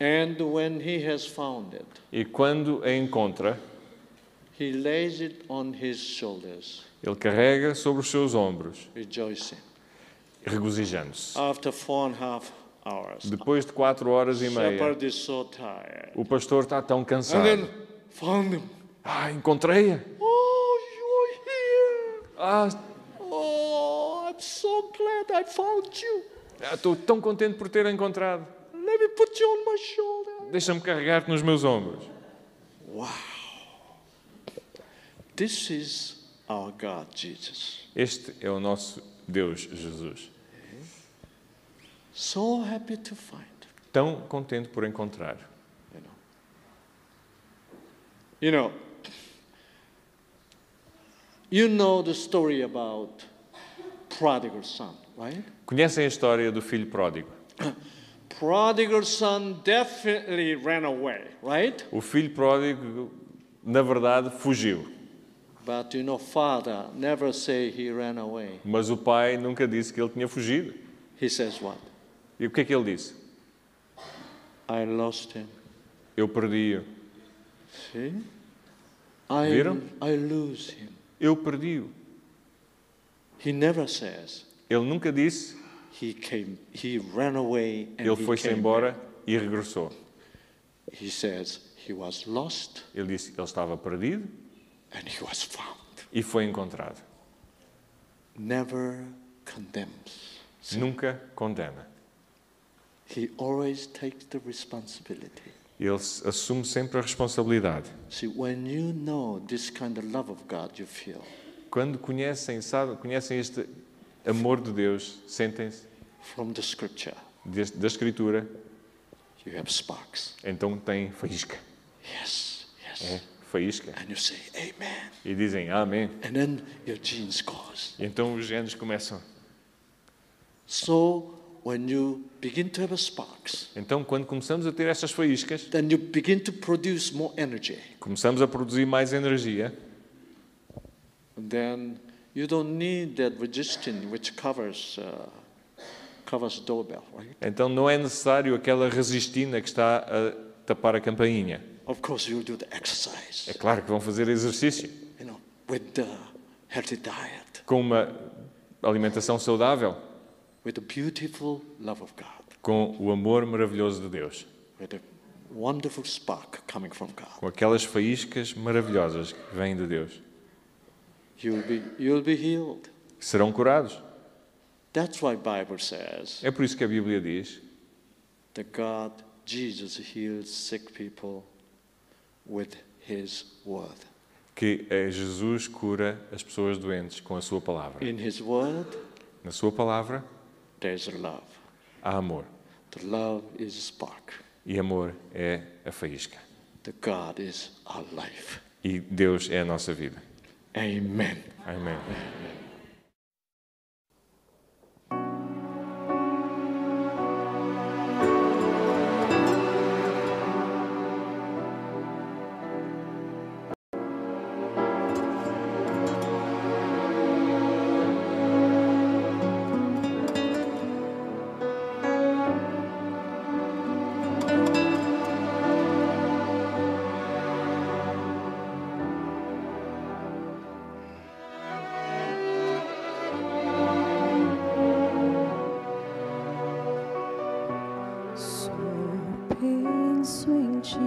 B: And when he has found it,
C: E quando a encontra,
B: he lays it on his shoulders,
C: ele carrega sobre os seus ombros,
B: rejoicing.
C: regozijando-se.
B: After four and a half hours,
C: Depois de quatro horas e meia,
B: shepherd is so tired.
C: o pastor está tão
B: And then
C: cansado.
B: found him.
C: Ah, encontrei-a.
B: Oh, you're here.
C: Ah,
B: Oh, I'm so glad I found you.
C: estou tão contente por ter a encontrado.
B: Let me put you on my shoulder.
C: Deixa-me carregar-te nos meus ombros.
B: This is our God, Jesus.
C: Este é o nosso Deus Jesus.
B: So happy to find.
C: Tão contente por encontrar.
B: You know. You know. You know the story about prodigal son, right?
C: Conhecem a história do filho pródigo?
B: Prodigal son definitely ran away, right?
C: O filho pródigo, na verdade, fugiu.
B: But you know, father never say he ran away.
C: Mas o pai nunca disse que ele tinha fugido.
B: He says what?
C: E o que é que ele disse?
B: I lost him.
C: Eu perdi-o.
B: See? I,
C: Viram?
B: I lose him.
C: Eu perdi-o.
B: He never says
C: Ele nunca disse,
B: he came. He ran away and
C: ele
B: he
C: foi-se
B: came
C: embora e regressou.
B: back. He says he was lost
C: Ele disse, ele estava perdido
B: and he was found.
C: e foi encontrado.
B: Never condemns.
C: Nunca condena.
B: He always takes the responsibility.
C: Ele s- assume sempre a responsabilidade.
B: See, when you know this kind of love of God, you feel
C: Quando conhecem, sabem, conhecem este amor de Deus, sentem-se
B: from the Scripture,
C: des- da Escritura,
B: you have sparks.
C: então têm faísca.
B: Yes, yes.
C: É, faísca.
B: And you say, Amen.
C: E dizem Amém.
B: And then your genes goes.
C: E então os genes começam.
B: So when you begin to have a sparks,
C: Então, quando começamos a ter estas faíscas,
B: then you begin to produce more energy.
C: começamos a produzir mais energia.
B: And then you don't need that resistance which covers uh, covers doorbell, right?
C: Então, não é necessário aquela resistina que está a tapar a campainha.
B: Of course, you'll do the
C: É
B: exercise,
C: claro que vão fazer exercício
B: you know, with the healthy diet,
C: com uma alimentação saudável,
B: with the beautiful love of God,
C: com o amor maravilhoso de Deus,
B: with the wonderful spark coming from God.
C: com aquelas faíscas maravilhosas que vêm de Deus.
B: You'll be you'll be healed.
C: Serão curados.
B: That's why Bible says
C: É por isso que a Bíblia diz
B: that God, Jesus, heals sick people with His word.
C: que eh, Jesus cura as pessoas doentes com a sua palavra.
B: In His word,
C: Na sua palavra
B: there's love.
C: há amor.
B: The love is a spark.
C: E amor é a faísca.
B: The God is our life.
C: E Deus é a nossa vida.
B: Amen.
C: Amém.
A: So penso em ti,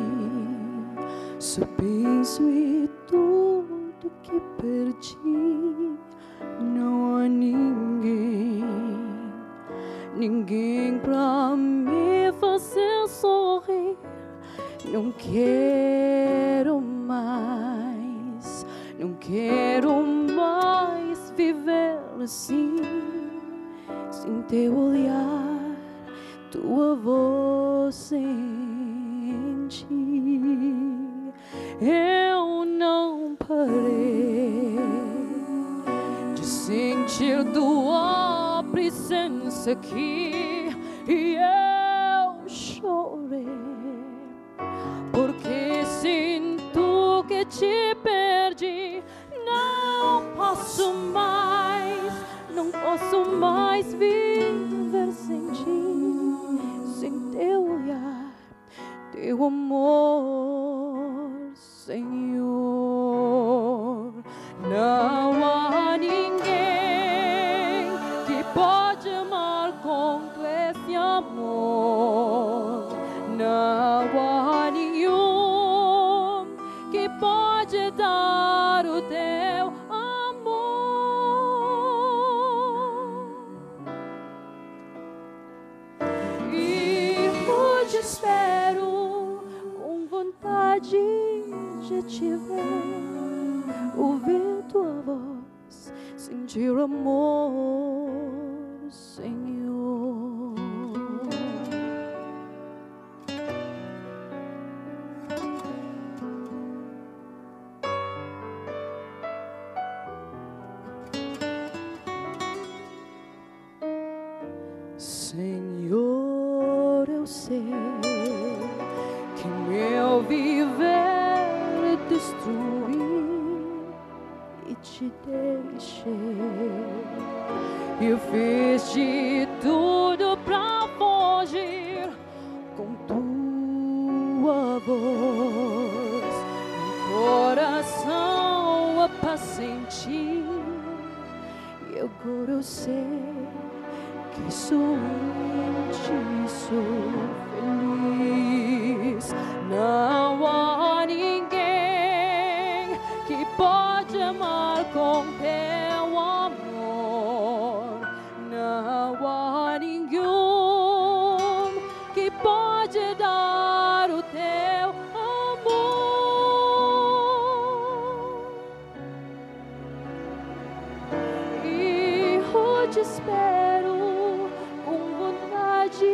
A: só penso em tudo que perdi. Não há ninguém, ninguém pra me fazer sorrir. Não quero mais, não quero mais viver assim. Sem teu olhar, tua voz sem ti, eu não parei de sentir tua presença aqui e eu chorei porque sinto que te perdi. Não posso mais, não posso mais viver sem ti, sem teu olhar, teu amor, Senhor. Não há ninguém que pode amar quanto esse amor. Não há nenhum que pode dar o teu amor. E hoje espero com vontade de te ver, ouvir tua voz, sentir o amor, Senhor. Senhor, eu sei que meu viver é destruir e te deixei. Eu fiz de tudo pra fugir com tua voz. Meu coração apacentir e agora eu sei que somente sou feliz. Não há ninguém que pode amar com teu amor. Não há nenhum que pode dar o teu amor. E eu te espero com vontade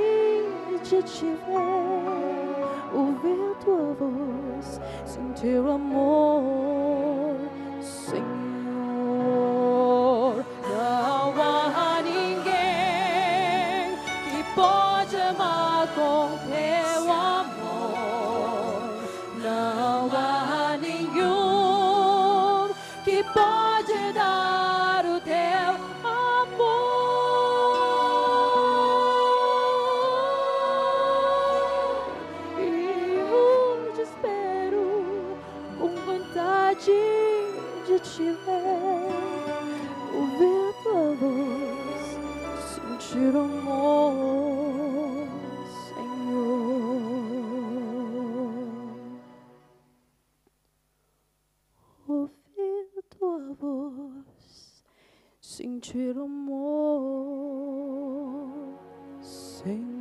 A: de te ver, ouvir tua voz, sentir o amor, Senhor. Não há ninguém que pode amar com teu amor. Não há nenhum que pode dar o teu amor. E eu te espero com vontade de te ver, ouvir tua voz, é sentir o amor, Senhor ouvir tua voz, sentir o amor, Senhor.